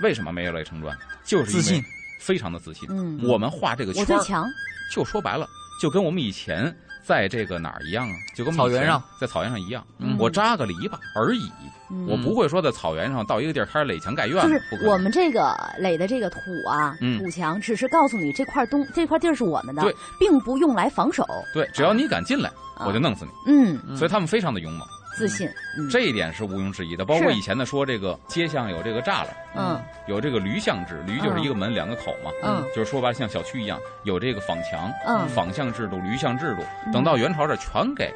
Speaker 3: 为什么没有垒城砖？就是因
Speaker 1: 自
Speaker 3: 为
Speaker 1: 信，
Speaker 3: 非常的自信。
Speaker 2: 嗯，
Speaker 3: 我们画这个圈
Speaker 2: 我
Speaker 3: 儿
Speaker 2: 最强，
Speaker 3: 就说白了，就跟我们以前在这个哪儿一样啊，就跟我们以前
Speaker 1: 草原上
Speaker 3: 在草原上一样，
Speaker 2: 嗯
Speaker 3: 我扎个篱笆而已，
Speaker 2: 嗯
Speaker 3: 我不会说在草原上到一个地儿开始垒墙盖院，
Speaker 2: 就是
Speaker 3: 不可能
Speaker 2: 我们这个垒的这个土啊，
Speaker 3: 嗯
Speaker 2: 土墙，只是告诉你这块东这块地儿是我们的
Speaker 3: 对，
Speaker 2: 并不用来防守。
Speaker 3: 对，只要你敢进来，
Speaker 2: 啊
Speaker 3: 我就弄死你。
Speaker 2: 嗯，
Speaker 1: 嗯
Speaker 3: 所以他们非常的勇猛，
Speaker 2: 自信，嗯，
Speaker 3: 这一点是毋庸置疑的。包括
Speaker 2: 是
Speaker 3: 以前的说这个街巷有这个栅栏，
Speaker 2: 嗯
Speaker 3: 有这个驴巷制，驴就是一个门两个口嘛，
Speaker 2: 嗯
Speaker 3: 就是说白了像小区一样有这个坊墙、
Speaker 2: 嗯
Speaker 3: 坊巷制度、驴巷制度，
Speaker 2: 嗯
Speaker 3: 等到元朝这全给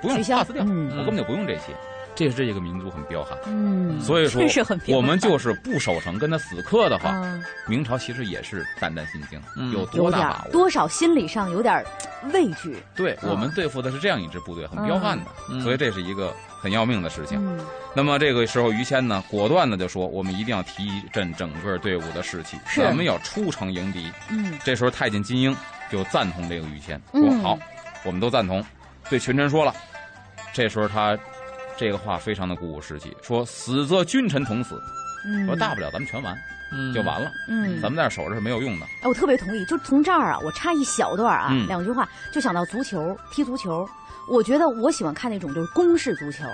Speaker 3: 不用
Speaker 2: 取消
Speaker 3: pass 掉，
Speaker 2: 嗯
Speaker 3: 我根本就不用这些，这是这个民族很彪悍。
Speaker 2: 嗯，
Speaker 3: 所以说
Speaker 2: 真是很，平
Speaker 3: 我们就是不守城，跟他死磕的话，
Speaker 2: 啊，
Speaker 3: 明朝其实也是胆战心惊，
Speaker 1: 嗯
Speaker 3: 有
Speaker 2: 有
Speaker 3: 多
Speaker 2: 点
Speaker 3: 大把
Speaker 2: 儿
Speaker 3: 握？
Speaker 2: 多少心理上有点儿畏惧，
Speaker 3: 对
Speaker 2: 嗯
Speaker 3: 我们对付的是这样一支部队，很彪悍
Speaker 1: 嗯
Speaker 3: 的，所以这是一个很要命的事情。
Speaker 2: 嗯，
Speaker 3: 那么这个时候，于谦呢，果断的就说：“我们一定要提振整个队伍的士气，
Speaker 2: 是
Speaker 3: 咱们要出城迎敌。”
Speaker 2: 嗯，
Speaker 3: 这时候，太监金英就赞同这个于谦，说
Speaker 2: 嗯：“
Speaker 3: 好，我们都赞同。”对群臣说了，这时候他这个话非常的鼓舞士气，说死则君臣同死，
Speaker 2: 嗯，
Speaker 3: 说大不了咱们全完
Speaker 1: 嗯
Speaker 3: 就完了，
Speaker 2: 嗯，
Speaker 3: 咱们在这守着是没有用的。
Speaker 2: 哎，我特别同意，就从这儿啊，我插一小段儿啊，
Speaker 3: 嗯
Speaker 2: 两句话，就想到足球，踢足球。我觉得我喜欢看那种就是攻势足球，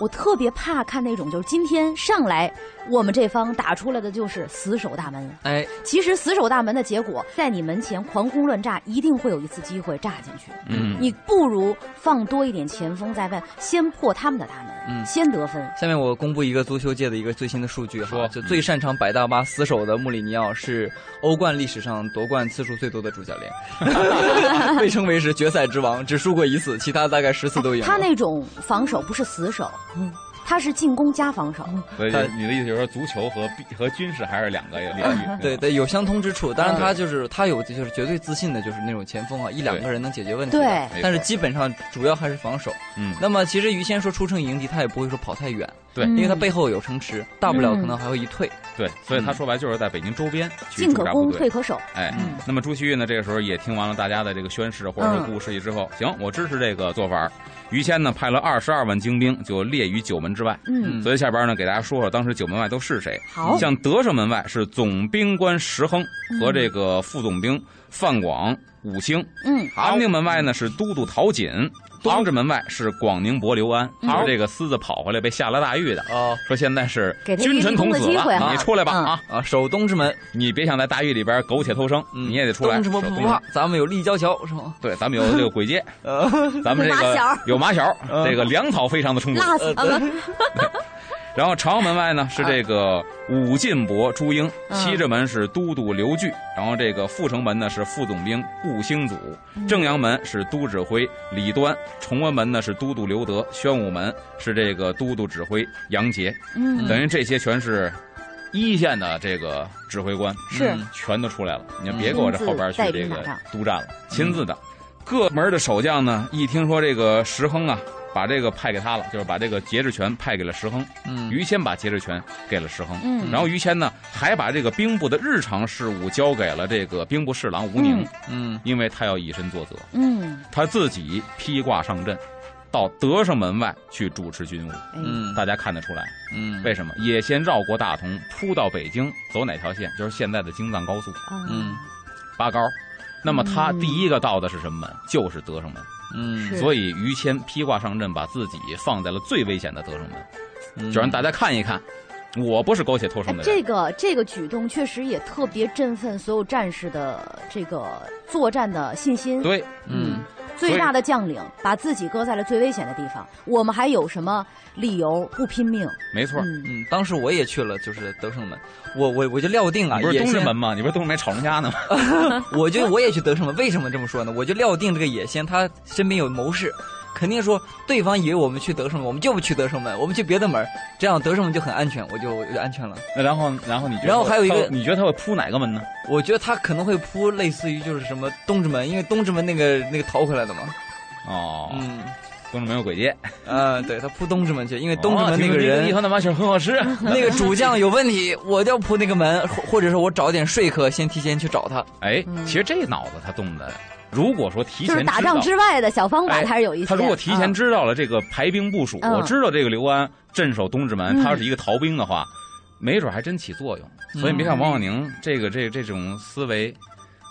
Speaker 2: 我特别怕看那种就是今天上来我们这方打出来的就是死守大门。
Speaker 1: 哎，
Speaker 2: 其实死守大门的结果，在你门前狂轰乱炸，一定会有一次机会炸进去。
Speaker 3: 嗯，
Speaker 2: 你不如放多一点前锋在外，先破他们的大门，
Speaker 1: 嗯
Speaker 2: 先得分。
Speaker 1: 下面我公布一个足球界的一个最新的数据哈
Speaker 3: 说，
Speaker 1: 就最擅长摆大巴死守的穆里尼奥是欧冠历史上夺冠次数最多的主教练， 被称为是决赛之王，只输过一次，其他大概十次都赢了。嗯
Speaker 2: 他那种防守不是死守，他是进攻加防守。
Speaker 3: 所以
Speaker 1: 但
Speaker 3: 你的意思就是说，足球和比和军事还是两个领域。
Speaker 1: 啊
Speaker 3: 嗯
Speaker 1: 对
Speaker 3: 吧，
Speaker 1: 对有相通之处，当然
Speaker 2: 嗯
Speaker 1: 他就是他有就是绝对自信的，就是那种前锋啊，一两个人能解决问题的。
Speaker 2: 对
Speaker 3: 没错
Speaker 1: 但是基本上主要还是防守。
Speaker 3: 嗯，
Speaker 1: 那么其实于谦说出城迎敌，他也不会说跑太远，
Speaker 3: 对
Speaker 1: 因为他
Speaker 2: 嗯
Speaker 1: 背后有城池，大不了可能还会一退。
Speaker 3: 对，所以他说白就是在北京周边去
Speaker 2: 进
Speaker 3: 驻
Speaker 2: 可
Speaker 3: 扎
Speaker 2: 攻，
Speaker 3: 部
Speaker 2: 退
Speaker 3: 队。
Speaker 2: 可守。
Speaker 3: 哎
Speaker 2: 嗯，
Speaker 3: 那么朱祁钰呢，这个时候也听完了大家的这个宣誓或者说
Speaker 2: 嗯
Speaker 3: 故事之后，行，我支持这个做法儿。于谦呢，派了二十二万精兵，就列于九门之外。
Speaker 2: 嗯，
Speaker 1: 嗯
Speaker 3: 所以下边呢，给大家说说当时九门外都是谁。
Speaker 2: 好，
Speaker 3: 像德胜门外是总兵官石亨和这个副总兵范广、武兴。
Speaker 2: 嗯
Speaker 3: 安定门外呢是都督陶瑾，东直门外是广宁伯刘安，
Speaker 1: 嗯
Speaker 3: 还有这个私自跑回来被下了大狱的，
Speaker 1: 哦
Speaker 3: 说现在是
Speaker 2: 给他一个
Speaker 3: 君臣同
Speaker 2: 立
Speaker 3: 死
Speaker 2: 功的机会
Speaker 3: 了，
Speaker 2: 哈
Speaker 3: 你出来吧
Speaker 2: 嗯
Speaker 3: 啊！
Speaker 1: 啊，守东之门，
Speaker 3: 你别想在大狱里边苟且偷生，
Speaker 1: 嗯
Speaker 3: 你也得出来。
Speaker 1: 东直门
Speaker 3: 守
Speaker 1: 不
Speaker 3: 东
Speaker 1: 怕，咱们有立交桥是吗？
Speaker 3: 对，咱们有这个鬼 街，
Speaker 1: 呃，
Speaker 3: 咱们这
Speaker 2: 有马
Speaker 3: 个
Speaker 2: 小
Speaker 3: 有马小，
Speaker 1: 嗯
Speaker 3: 这个粮草非常的充足。
Speaker 2: 辣死他们！
Speaker 3: 然后朝阳门外呢是这个武进伯朱英，
Speaker 2: 啊嗯
Speaker 3: 西直门是都督刘据，然后这个阜成门呢是副总兵顾兴祖，
Speaker 2: 嗯
Speaker 3: 正阳门是都指挥李端，崇文门呢是都督刘德，宣武门是这个都督指挥杨杰，
Speaker 2: 嗯，
Speaker 3: 等于这些全是一线的这个指挥官，
Speaker 2: 是
Speaker 1: 嗯
Speaker 3: 全都出来了。你别给我这后边去
Speaker 2: 亲自带
Speaker 3: 这
Speaker 2: 兵打
Speaker 3: 个
Speaker 2: 仗
Speaker 3: 督战了，
Speaker 2: 嗯
Speaker 3: 亲自的。各门的守将呢，一听说这个石亨啊，把这个派给他了，就是把这个节制权派给了石亨。
Speaker 1: 嗯，
Speaker 3: 于谦把节制权给了石亨，
Speaker 2: 嗯
Speaker 3: 然后于谦呢还把这个兵部的日常事务交给了这个兵部侍郎吴宁，
Speaker 2: 嗯
Speaker 1: 嗯，
Speaker 3: 因为他要以身作则，
Speaker 2: 嗯，
Speaker 3: 他自己披挂上阵，到德胜门外去主持军务。
Speaker 2: 哎
Speaker 1: 嗯，
Speaker 3: 大家看得出来，
Speaker 1: 嗯，
Speaker 3: 为什么？也先绕过大同，扑到北京，走哪条线？就是现在的京藏高速
Speaker 2: 啊
Speaker 1: 嗯
Speaker 3: 八高。那么他
Speaker 2: 嗯
Speaker 3: 第一个到的是什么门？就是德胜门。
Speaker 1: 嗯，
Speaker 2: 是
Speaker 3: 所以于谦披挂上阵，把自己放在了最危险的德胜门，
Speaker 1: 嗯
Speaker 3: 就让大家看一看，我不是苟且偷
Speaker 2: 哎
Speaker 3: 生的人。
Speaker 2: 这个这个举动确实也特别振奋所有战士的这个作战的信心。
Speaker 3: 对，
Speaker 1: 嗯，
Speaker 2: 最大的将领把自己搁在了最危险的地方，我们还有什么理由不拼命？
Speaker 3: 没错。
Speaker 2: 嗯，
Speaker 1: 嗯，当时我也去了，就是德胜门，我我我就料定啊，
Speaker 3: 你不是
Speaker 1: 也
Speaker 3: 东直
Speaker 1: 先
Speaker 3: 门吗？你不是东直门炒龙虾呢吗？
Speaker 1: 我就我也去德胜门，为什么这么说呢？我就料定这个野仙他身边有谋士，肯定说对方以为我们去德胜门，我们就不去德胜门，我们去别的门，这样德胜门就很安全，我就我就安全了。
Speaker 3: 那然后，然后你觉得
Speaker 1: 然后还有一个
Speaker 3: 他你觉得他会扑哪个门呢？
Speaker 1: 我觉得他可能会扑类似于就是什么东直门，因为东直门那个那个逃回来的嘛。
Speaker 3: 哦，
Speaker 1: 嗯，
Speaker 3: 东直门有鬼街，
Speaker 1: 啊，对他扑东直门去，因为东直门那个
Speaker 3: 哦地
Speaker 1: 人。
Speaker 3: 方的麻雀很 好吃。
Speaker 1: 那个主将有问题，我就要扑那个门，或或者说我找点说客，先提前去找他。
Speaker 3: 哎，
Speaker 2: 嗯
Speaker 3: 其实这脑子他动的，如果说提
Speaker 2: 就
Speaker 3: 前
Speaker 2: 是
Speaker 3: 知道
Speaker 2: 打仗之外的小方法，
Speaker 3: 哎
Speaker 2: 他是有一些。
Speaker 3: 他如果提前
Speaker 1: 嗯
Speaker 2: 啊
Speaker 3: 知道了这个排兵部署，
Speaker 2: 嗯
Speaker 3: 我知道这个刘安镇守东直门，
Speaker 2: 嗯
Speaker 3: 他要是一个逃兵的话，没准还真起作用。
Speaker 1: 嗯
Speaker 3: 所以你别看王小宁这个这这种思维，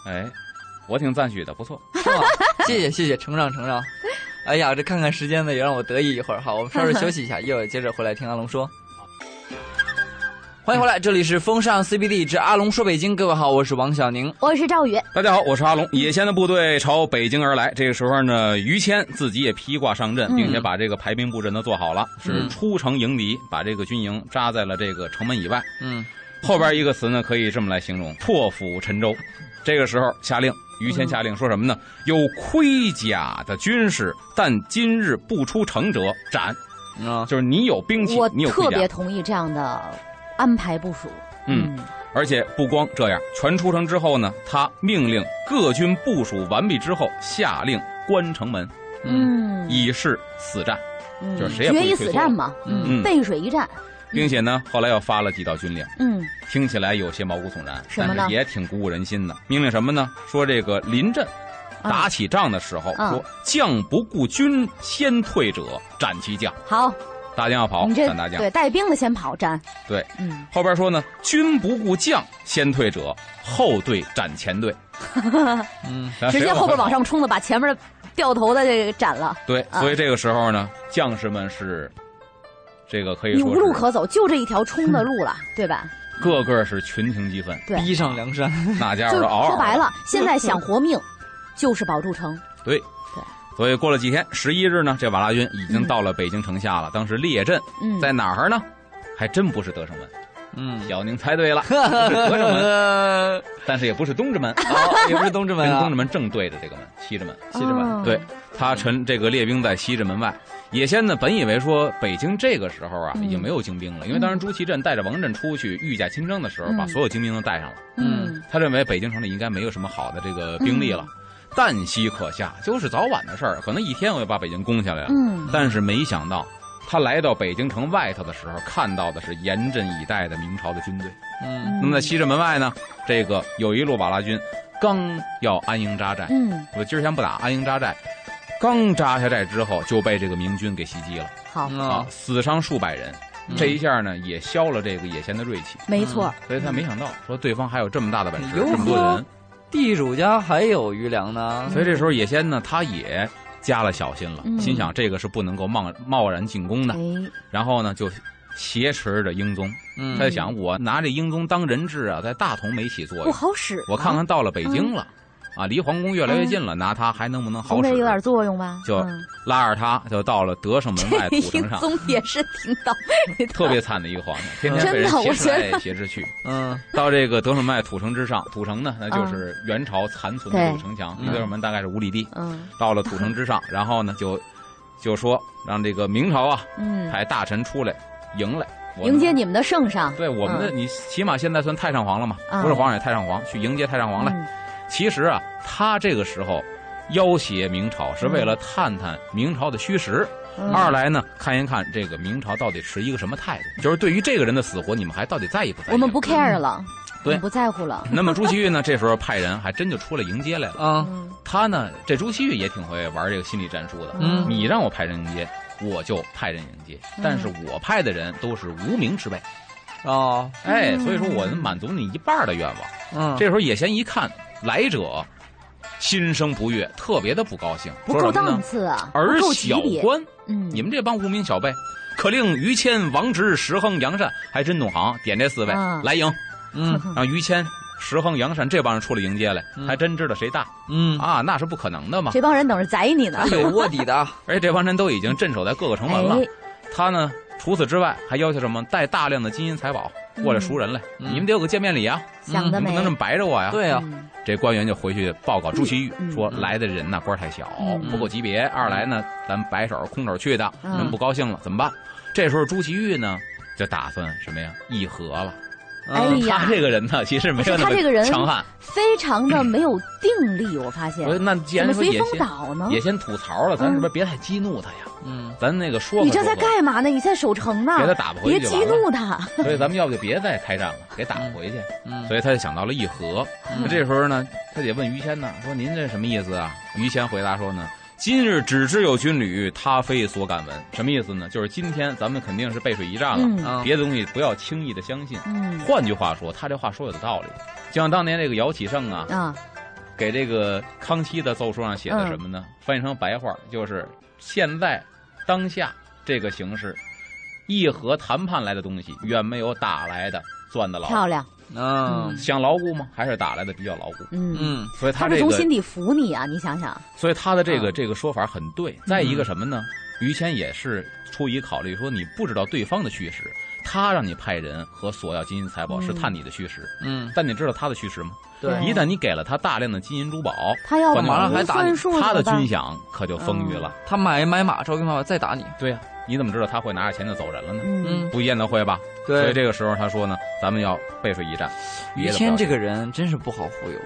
Speaker 3: 哎，我挺赞许的，不错。
Speaker 1: 是吗？谢谢谢谢，成长成长。哎呀，这看看时间呢，也让我得意一会儿哈。我们稍事休息一下，一会儿接着回来听阿龙说。欢迎回来，这里是风尚 CBD 之阿龙说北京。各位好，我是王小宁。
Speaker 2: 我是赵宇，
Speaker 3: 大家好，我是阿龙。野仙的部队朝北京而来，这个时候呢，于谦自己也披挂上阵，
Speaker 2: 嗯
Speaker 3: 并且把这个排兵布阵都做好了，
Speaker 1: 嗯
Speaker 3: 是出城迎敌，把这个军营扎在了这个城门以外。
Speaker 1: 嗯
Speaker 3: 后边一个词呢，可以这么来形容：破釜沉舟。这个时候下令，于谦下令说什么呢？有盔甲的军士，但今日不出城者斩。
Speaker 1: 啊，
Speaker 3: 就是你有兵器
Speaker 2: 我，
Speaker 3: 你有盔
Speaker 2: 特别
Speaker 3: 甲，
Speaker 2: 同意这样的安排部署。
Speaker 3: 嗯，而且不光这样，全出城之后呢，他命令各军部署完毕之后，下令关城门，
Speaker 1: 嗯
Speaker 2: 嗯，
Speaker 3: 以示死战，
Speaker 2: 嗯
Speaker 3: 就是谁也不
Speaker 2: 决
Speaker 3: 许
Speaker 2: 一
Speaker 3: 退
Speaker 2: 死
Speaker 3: 缩
Speaker 2: 战嘛，
Speaker 1: 嗯
Speaker 3: 嗯
Speaker 2: 背水一战。
Speaker 3: 并且呢，后来又发了几道军令。
Speaker 2: 嗯，
Speaker 3: 听起来有些毛骨悚然，
Speaker 2: 什么
Speaker 3: 但
Speaker 2: 呢
Speaker 3: 是也挺鼓舞人心的。命令什么呢？说这个临阵
Speaker 2: 啊
Speaker 3: 打起仗的时候，
Speaker 2: 啊
Speaker 3: 说将不顾军先退者斩其将。
Speaker 2: 好，
Speaker 3: 大将要跑
Speaker 2: 你，这
Speaker 3: 斩大将。
Speaker 2: 对带兵的先跑斩，
Speaker 3: 对，
Speaker 2: 嗯，
Speaker 3: 后边说呢，君不顾将，先退者，后队斩 前队。
Speaker 1: 嗯，
Speaker 3: 然
Speaker 2: 直接
Speaker 3: 谁
Speaker 2: 后边
Speaker 3: 跑
Speaker 2: 往上冲的把前面的掉头的这个斩了，
Speaker 3: 对，
Speaker 2: 啊
Speaker 3: 所以这个时候呢，将士们是这个可以
Speaker 2: 你
Speaker 3: 说
Speaker 2: 无路
Speaker 3: 是
Speaker 2: 可走，就这一条冲的 路了，对吧？
Speaker 3: 个个是群情激愤，
Speaker 2: 对，
Speaker 1: 逼上梁山，
Speaker 3: 那家
Speaker 2: 就是
Speaker 3: 伙是嗷嗷。
Speaker 2: 说白，了，现在想活命，就是保住城。
Speaker 3: 对
Speaker 2: 对。
Speaker 3: 所以过了几天，十一日呢，这瓦剌军已经到了北京城下了。当时列阵
Speaker 2: 嗯，
Speaker 3: 在哪儿呢？还真不是德胜门，
Speaker 1: 嗯，
Speaker 3: 小宁猜 对了，不是德胜门，
Speaker 1: 呃，
Speaker 3: 但是也不是东 直门，
Speaker 1: 好，也不是东直门
Speaker 3: 跟
Speaker 1: 啊
Speaker 3: 东直，门正对着这个门，西直门。
Speaker 1: 西直门
Speaker 2: 哦
Speaker 3: 对他陈这个列兵在西直门外。野先呢，本以为说北京这个时候啊
Speaker 2: 嗯
Speaker 3: 已经没有精兵了，因为
Speaker 1: 嗯
Speaker 3: 当时朱祁镇带着王振出去御驾亲征的时候，
Speaker 2: 嗯
Speaker 3: 把所有精兵都带上了。
Speaker 2: 嗯
Speaker 3: 他认为北京城里应该没有什么好的这个兵力了，
Speaker 1: 嗯
Speaker 3: 旦夕可下，就是早晚的事儿，可能一天我就把北京攻下来了。
Speaker 2: 嗯
Speaker 3: 但是没想到，他来到北京城外头的时候，看到的是严阵以待的明朝的军队。
Speaker 1: 嗯，
Speaker 3: 那么在西直门外呢，这个有一路瓦剌军刚要安营扎寨，
Speaker 2: 嗯，
Speaker 3: 我今儿先不打安营扎寨。刚扎下寨之后，就被这个明军给袭击了
Speaker 2: 好，
Speaker 1: 嗯
Speaker 3: 啊，，死伤数百人。这一下呢，也消了这个野贤的锐气，
Speaker 2: 没错，
Speaker 3: 嗯所以他没想到说对方还有这么大的本事，
Speaker 1: 哟呵
Speaker 3: 这么多人。
Speaker 1: 地主家还有余粮呢，
Speaker 3: 所以这时候野仙呢，他也加了小心了，
Speaker 2: 嗯
Speaker 3: 心想这个是不能够贸贸然进攻的
Speaker 2: 哎。，
Speaker 3: 然后呢，就挟持着英宗，
Speaker 1: 嗯
Speaker 3: 他，就想我拿这英宗当人质啊，在大同没起作
Speaker 2: 不
Speaker 3: 用。
Speaker 2: 好使。
Speaker 3: 我看看到了北京了，啊，离皇宫越来越近了，拿他还能不能好
Speaker 2: 总得
Speaker 3: 使？
Speaker 2: 嗯有点作用吧？
Speaker 3: 就
Speaker 2: 嗯
Speaker 3: 拉着他就到了德胜门外土城 上，
Speaker 2: 宗也是挺倒霉的，
Speaker 3: 特别惨的一个皇上，天天被
Speaker 2: 真的
Speaker 3: 人挟
Speaker 2: 我
Speaker 3: 持
Speaker 2: 觉得
Speaker 3: 来挟持去。
Speaker 1: 嗯，
Speaker 3: 到这个德胜门外土城 之上，土城呢，那就是元朝残存的
Speaker 2: 对
Speaker 3: 这个城墙，
Speaker 1: 嗯
Speaker 3: 离德胜门大概是五里地。
Speaker 2: 嗯
Speaker 3: 到了土城之上，然后呢就就说让这个明朝啊
Speaker 2: 嗯，
Speaker 3: 派大臣出来迎来我们
Speaker 2: 迎接。你们的圣上。
Speaker 3: 对我们的、你起码现在算太上皇了嘛，
Speaker 2: 嗯
Speaker 3: 不是皇上也太上皇，去迎接太上皇来。
Speaker 2: 来，
Speaker 3: 其实啊，他这个时候要挟明朝是为了探探明朝的虚实，
Speaker 2: 嗯
Speaker 3: 二来呢看一看这个明朝到底持一个什么态度，就是对于这个人的死活，你们还到底在意不在意？
Speaker 2: 我们不 care 了，我
Speaker 3: 嗯对
Speaker 2: 们不在乎了。
Speaker 3: 那么朱祁钰呢，这时候派人还真就出来迎接来了。
Speaker 1: 啊，
Speaker 2: 嗯
Speaker 3: 他呢，这朱祁钰也挺会玩这个心理战术的，
Speaker 1: 嗯
Speaker 3: 你让我派人迎接，我就派人迎接，
Speaker 2: 嗯
Speaker 3: 但是我派的人都是无名之辈，
Speaker 1: 哦，
Speaker 2: 嗯
Speaker 3: 哎，所以说我能满足你一半的愿望。
Speaker 1: 嗯，
Speaker 3: 这时候野贤一看来者，心生不悦，特别的不高兴，
Speaker 2: 不
Speaker 3: 说
Speaker 2: 够
Speaker 3: 什么
Speaker 2: 档
Speaker 3: 呢？
Speaker 2: 次啊，
Speaker 3: 尔
Speaker 2: 不够级
Speaker 3: 小
Speaker 2: 别。
Speaker 3: 官，
Speaker 2: 嗯，
Speaker 3: 你们这帮无名小辈，可令于谦、王直、石亨、杨善，还真懂行，点这四位、
Speaker 2: 啊
Speaker 3: 来迎，
Speaker 1: 嗯
Speaker 3: 让于谦、石亨、杨善这帮人出来迎接来，还真知道谁大
Speaker 1: 嗯，
Speaker 3: 啊，那是不可能的嘛。
Speaker 2: 这帮人等着宰你 呢。
Speaker 1: 啊有卧底的，
Speaker 3: 而且这帮人都已经镇守在各个城门了。嗯
Speaker 2: 哎
Speaker 3: 他呢，除此之外还要求什么？带大量的金银财宝过来赎人来，
Speaker 1: 嗯
Speaker 3: 你们得有个见面礼啊，
Speaker 2: 想
Speaker 3: 你
Speaker 2: 得
Speaker 3: 们不
Speaker 2: 美
Speaker 3: 能这。么白着我呀。，
Speaker 1: 对啊呀，
Speaker 2: 嗯
Speaker 3: 这官员就回去报告朱祁钰
Speaker 2: 嗯
Speaker 3: 说，
Speaker 1: 嗯
Speaker 3: 来的人呐官儿太小，
Speaker 2: 嗯
Speaker 3: 不够级别。二来呢，咱白手空手去的，
Speaker 2: 嗯
Speaker 3: 人不高兴了，怎么办？这时候朱祁钰呢，就打算什么呀？议和了。啊
Speaker 2: 哎
Speaker 1: 嗯
Speaker 2: 呀
Speaker 3: 他这个人呢，其实没有那
Speaker 2: 而且他这个
Speaker 3: 么
Speaker 2: 人
Speaker 3: 强悍。
Speaker 2: 非常的没有定力，我发现
Speaker 3: 我说那既
Speaker 2: 怎
Speaker 3: 然
Speaker 2: 么
Speaker 3: 说
Speaker 2: 随
Speaker 3: 也
Speaker 2: 风
Speaker 3: 先
Speaker 2: 倒呢？
Speaker 3: 也先吐槽了，咱是不是别太激怒他呀？
Speaker 1: 嗯，
Speaker 3: 咱那个说和
Speaker 2: 你这
Speaker 3: 说
Speaker 2: 在
Speaker 3: 和
Speaker 2: 干嘛呢？你在守城呢？
Speaker 3: 给他打回
Speaker 2: 别
Speaker 3: 去就
Speaker 2: 激
Speaker 3: 完了。啊
Speaker 2: 怒他。
Speaker 3: 所以咱们要不就别再开战了，给打回去。
Speaker 1: 嗯
Speaker 3: 所以他就想到了议和。那这时候呢，他得问于谦呢，说您这什么意思啊？于谦回答说呢，今日只知有军旅，他非所敢闻。什么意思呢？就是今天咱们肯定是背水一战了，
Speaker 2: 嗯
Speaker 1: 啊，
Speaker 3: 别的东西不要轻易的相信。
Speaker 2: 嗯
Speaker 3: 换句话说，他这话说有道理。就像当年这个姚启圣啊，
Speaker 2: 啊，
Speaker 3: 给这个康熙的奏书上写的什么呢？翻译成白话就是现在当下这个形势，议和谈判来的东西远没有打来的攥得牢。
Speaker 2: 漂亮。
Speaker 1: 嗯
Speaker 3: 想牢固吗？还是打来的比较牢固？
Speaker 2: 嗯，
Speaker 1: 嗯
Speaker 3: 所以
Speaker 2: 他
Speaker 3: 他
Speaker 2: 是
Speaker 3: 这
Speaker 2: 从
Speaker 3: 个，
Speaker 2: 心底服你啊！你想想，
Speaker 3: 所以他的这个、
Speaker 1: 啊
Speaker 3: 这个说法很对。再一个什么呢？于谦也是出于考虑，说你不知道对方的虚实，他让你派人和索要金银财宝
Speaker 2: 嗯
Speaker 3: 是探你的虚实，
Speaker 1: 嗯，
Speaker 3: 但你知道他的虚实吗？
Speaker 1: 对
Speaker 3: 一旦你给了他大量的金银珠宝，
Speaker 2: 他要
Speaker 3: 管你
Speaker 1: 完了还打你
Speaker 2: 算数
Speaker 3: 他的
Speaker 2: 怎么办啊
Speaker 3: 军饷可就丰裕了。
Speaker 1: 他买买马，照兵买马，再打你，
Speaker 3: 对呀、你怎么知道他会拿着钱就走人了呢？
Speaker 2: 嗯，
Speaker 1: 嗯，
Speaker 3: 不见得会吧？所以
Speaker 1: 对，
Speaker 3: 这个时候他说呢，咱们要背水一战。别
Speaker 1: 于
Speaker 3: 的不
Speaker 1: 谦
Speaker 3: 要
Speaker 1: 这个人真是不好忽悠，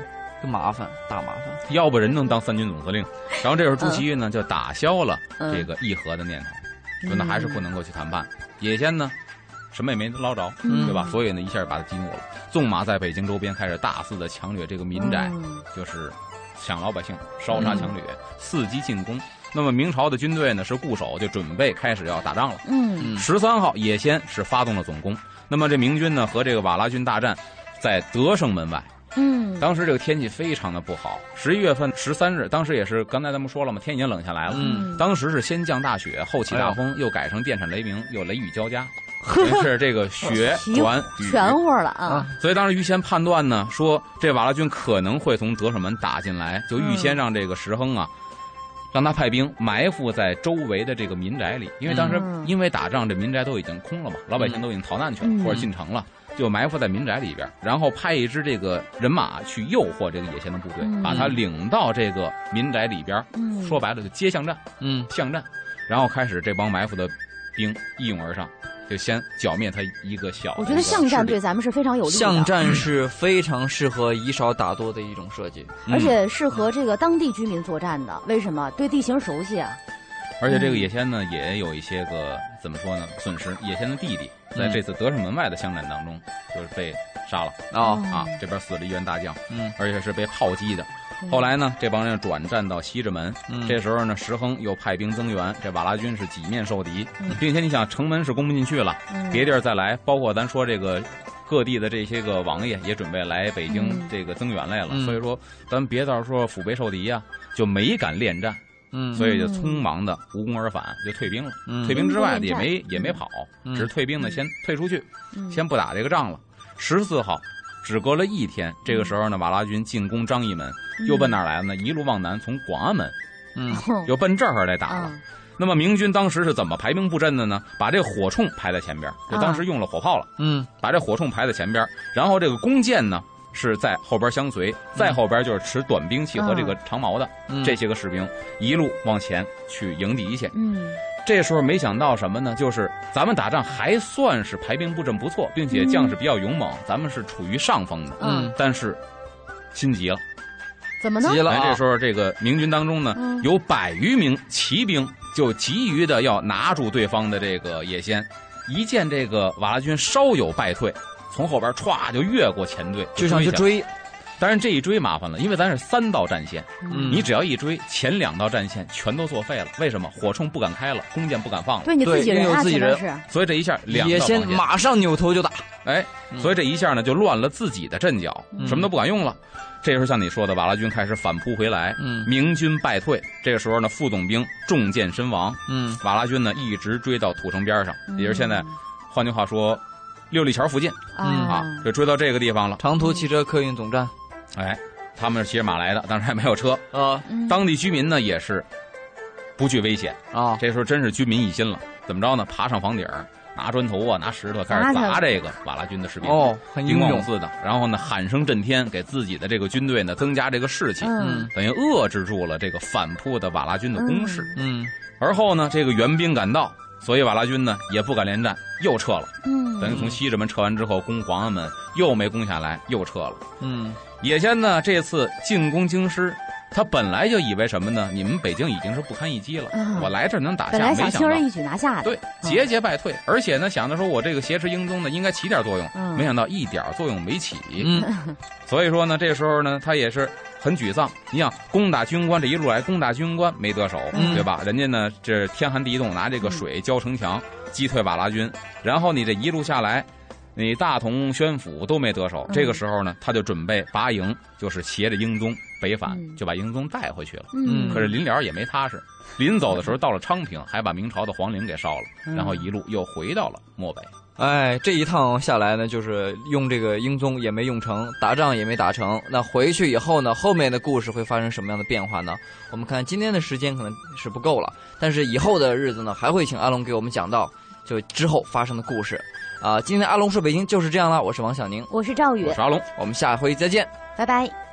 Speaker 1: 就麻烦，大麻烦，
Speaker 3: 要不人能当三军总司令。然后这时候朱祁钰呢就打消了
Speaker 2: 嗯
Speaker 3: 这个议和的念头，说那还是不能够去谈判。野先呢，什么也没捞着，
Speaker 1: 嗯
Speaker 3: 对吧？所以呢一下把他激怒了，纵马在北京周边开始大肆的抢掠这个民宅，
Speaker 2: 嗯
Speaker 3: 就是抢老百姓，烧杀抢掠，伺机进攻。那么明朝的军队呢是固守，就准备开始要打仗了。
Speaker 2: 嗯
Speaker 3: 十三号，野先是发动了总攻。那么这明军呢和这个瓦剌军大战，在德胜门外。
Speaker 2: 嗯
Speaker 3: 当时这个天气非常的不好，十一月份十三日，当时也是刚才咱们说了嘛，天已经冷下来了。
Speaker 1: 嗯
Speaker 3: 当时是先降大
Speaker 2: 哎
Speaker 3: 雪，后起大风，又改成电闪雷鸣，又雷雨 交加，真是这个雪转雨。
Speaker 2: 哦全乎了啊
Speaker 1: 啊！
Speaker 3: 所以当时于谦判断呢，说这瓦剌军可能会从德胜门打进来，就预先让这个石亨啊，让他派兵埋伏在周围的这个民宅里，因为当时
Speaker 2: 嗯
Speaker 3: 因为打仗，这民宅都已经空了嘛，老百姓都已经逃难去了、
Speaker 2: 嗯
Speaker 3: 或者进城了。就埋伏在民宅里边，然后派一支这个人马去诱惑这个野先的部队，
Speaker 2: 嗯
Speaker 3: 把他领到这个民宅里边。
Speaker 2: 嗯
Speaker 3: 说白了，就接巷战，
Speaker 1: 嗯
Speaker 3: 巷战，然后开始这帮埋伏的兵一拥而上，就先剿灭他一个小的一个势力。
Speaker 2: 我觉得巷战对咱们是非常有利的，
Speaker 1: 巷战是非常适合以少打多的一种设计。
Speaker 3: 嗯，
Speaker 2: 而且是和这个当地居民作战的。为什么？对地形熟悉啊。
Speaker 3: 而且这个野仙呢，也有一些个怎么说呢，损失。野仙的弟弟
Speaker 2: 嗯
Speaker 3: 在这次德胜门外的巷战当中，就是被杀了
Speaker 1: 啊
Speaker 2: 嗯
Speaker 3: 啊，这边死了一员大将，
Speaker 1: 嗯
Speaker 3: 而且是被炮击的。
Speaker 2: 嗯
Speaker 3: 后来呢，这帮人转战到西直门，
Speaker 1: 嗯，
Speaker 3: 这时候呢，石亨又派兵增援，这瓦剌军是几面受敌
Speaker 2: 嗯，
Speaker 3: 并且你想，城门是攻不进去了，
Speaker 2: 嗯
Speaker 3: 别地儿再来，包括咱说这个。各地的这些个王爷也准备来北
Speaker 2: 嗯
Speaker 3: 京这个增援来了，
Speaker 1: 嗯
Speaker 3: 所以说咱别到时候腹背受敌呀、就没敢恋战，
Speaker 1: 嗯
Speaker 3: 所以就匆忙的无功而返，就退兵了。
Speaker 1: 嗯
Speaker 3: 退兵之外
Speaker 2: 嗯
Speaker 3: 也没也没跑，
Speaker 1: 嗯
Speaker 3: 只是退兵呢，先退出去，
Speaker 2: 嗯
Speaker 3: 先不打这个仗了。十四号，只隔了一天，这个
Speaker 2: 嗯
Speaker 3: 时候呢，瓦剌军进攻张义门，又奔哪儿来了呢？一路往南，从广安门
Speaker 1: 嗯
Speaker 2: 哼
Speaker 3: 又奔这儿来打了。
Speaker 2: 哦啊
Speaker 3: 那么明军当时是怎么排兵布阵的呢？把这火铳排在前边，就
Speaker 2: 啊
Speaker 3: 当时用了火炮了，
Speaker 1: 嗯
Speaker 3: 把这火铳排在前边，然后这个弓箭呢是在后边相随，再后边就是持短兵器和这个长矛的
Speaker 1: 嗯，
Speaker 3: 这些个士兵一路往前去迎敌去。
Speaker 2: 嗯
Speaker 3: 这时候没想到什么呢？就是咱们打仗还算是排兵布阵不错，并且将士比较勇猛，咱们是处于上风的。
Speaker 1: 嗯
Speaker 3: 但是心急了，
Speaker 2: 怎么呢？
Speaker 1: 急了
Speaker 3: 哎，
Speaker 1: 啊！
Speaker 3: 这时候这个明军当中呢，
Speaker 2: 嗯
Speaker 3: 有百余名骑兵就急于的要拿住对方的这个野先。一见这个瓦剌军稍有败退，从后边歘就越过前队，
Speaker 1: 就上去
Speaker 3: 追去了。
Speaker 1: 追，
Speaker 3: 但是这一追麻烦了，因为咱是三道战线，
Speaker 1: 嗯
Speaker 3: 你只要一追，前两道战线全都作废了。为什么？火铳不敢开了，弓箭不敢放了。
Speaker 2: 对你自己
Speaker 1: 对
Speaker 2: 人啊，
Speaker 1: 有自己
Speaker 2: 岂能
Speaker 1: 人
Speaker 2: 是
Speaker 3: 所以这一下两
Speaker 1: 也
Speaker 3: 道
Speaker 1: 先
Speaker 3: 防线
Speaker 1: 马上扭头就打。
Speaker 3: 哎，
Speaker 1: 嗯
Speaker 3: 所以这一下呢就乱了自己的阵脚，
Speaker 2: 嗯
Speaker 3: 什么都不管用了。这时候像你说的，瓦剌军开始反扑回来，
Speaker 1: 嗯
Speaker 3: 明军败退。这个时候呢，副总兵中箭身亡，
Speaker 1: 嗯
Speaker 3: 瓦剌军呢一直追到土城边上，
Speaker 2: 嗯
Speaker 3: 也就是现在，换句话说，六里桥附近
Speaker 1: 嗯
Speaker 3: 啊，就追到这个地方了。
Speaker 1: 长途汽车客运总站
Speaker 3: 哎，他们是骑着马来的，当时还没有车，
Speaker 1: 啊
Speaker 2: 嗯
Speaker 3: 当地居民呢也是不惧危险。
Speaker 1: 啊！
Speaker 3: 这时候真是军民一心了，怎么着呢？爬上房顶儿，拿砖头啊，拿石头开
Speaker 2: 砸
Speaker 3: 始
Speaker 2: 他
Speaker 3: 砸这个瓦剌军的士兵。
Speaker 1: 哦，很英
Speaker 3: 英勇
Speaker 1: 勇。
Speaker 3: 似的，然后呢喊声震天，给自己的这个军队呢增加这个士气，
Speaker 2: 嗯
Speaker 1: 嗯
Speaker 3: 等于遏制住了这个反扑的瓦剌军的攻势。
Speaker 1: 嗯
Speaker 3: 而后呢，这个援兵赶到，所以瓦剌军呢也不敢恋战，又撤了。等于
Speaker 2: 嗯
Speaker 3: 从西直门撤完之后，攻黄安门又没攻下来，又撤了。
Speaker 1: 嗯
Speaker 3: 野先呢这次进攻京师。他本来就以为什么呢？你们北京已经是不堪一击了，
Speaker 2: 嗯
Speaker 3: 我来这儿能打
Speaker 2: 本
Speaker 3: 下，
Speaker 2: 来
Speaker 3: 没想
Speaker 2: 想轻
Speaker 3: 到
Speaker 2: 而易举拿下的，
Speaker 3: 对，节节败退。而且呢，想着说我这个挟持英宗呢，应该起点作用，
Speaker 2: 嗯
Speaker 3: 没想到一点儿作用没起。
Speaker 1: 嗯
Speaker 3: 所以说呢，这时候呢，他也是很沮丧。你想，攻打军官这一路来攻打军官没得手，
Speaker 1: 嗯
Speaker 3: 对吧？人家呢，这天寒地冻，拿这个水浇城墙，击退瓦剌军。然后你这一路下来，你大同、宣府都没得手。
Speaker 2: 嗯
Speaker 3: 这个时候呢，他就准备拔营，就是携着英宗北返，
Speaker 2: 嗯
Speaker 3: 就把英宗带回去了。
Speaker 2: 嗯，
Speaker 3: 可是临了也没踏实，临走的时候到了昌平，还把明朝的皇陵给烧了，
Speaker 2: 嗯
Speaker 3: 然后一路又回到了漠北。
Speaker 1: 哎，这一趟下来呢，就是用这个英宗也没用成，打仗也没打成。那回去以后呢，后面的故事会发生什么样的变化呢？我们看今天的时间可能是不够了，但是以后的日子呢，还会请阿龙给我们讲到就之后发生的故事。啊，今天的阿龙说北京就是这样了，我是王小宁，
Speaker 2: 我是赵宇
Speaker 3: 我，是阿龙。
Speaker 1: 我们下回再见。
Speaker 2: 拜拜。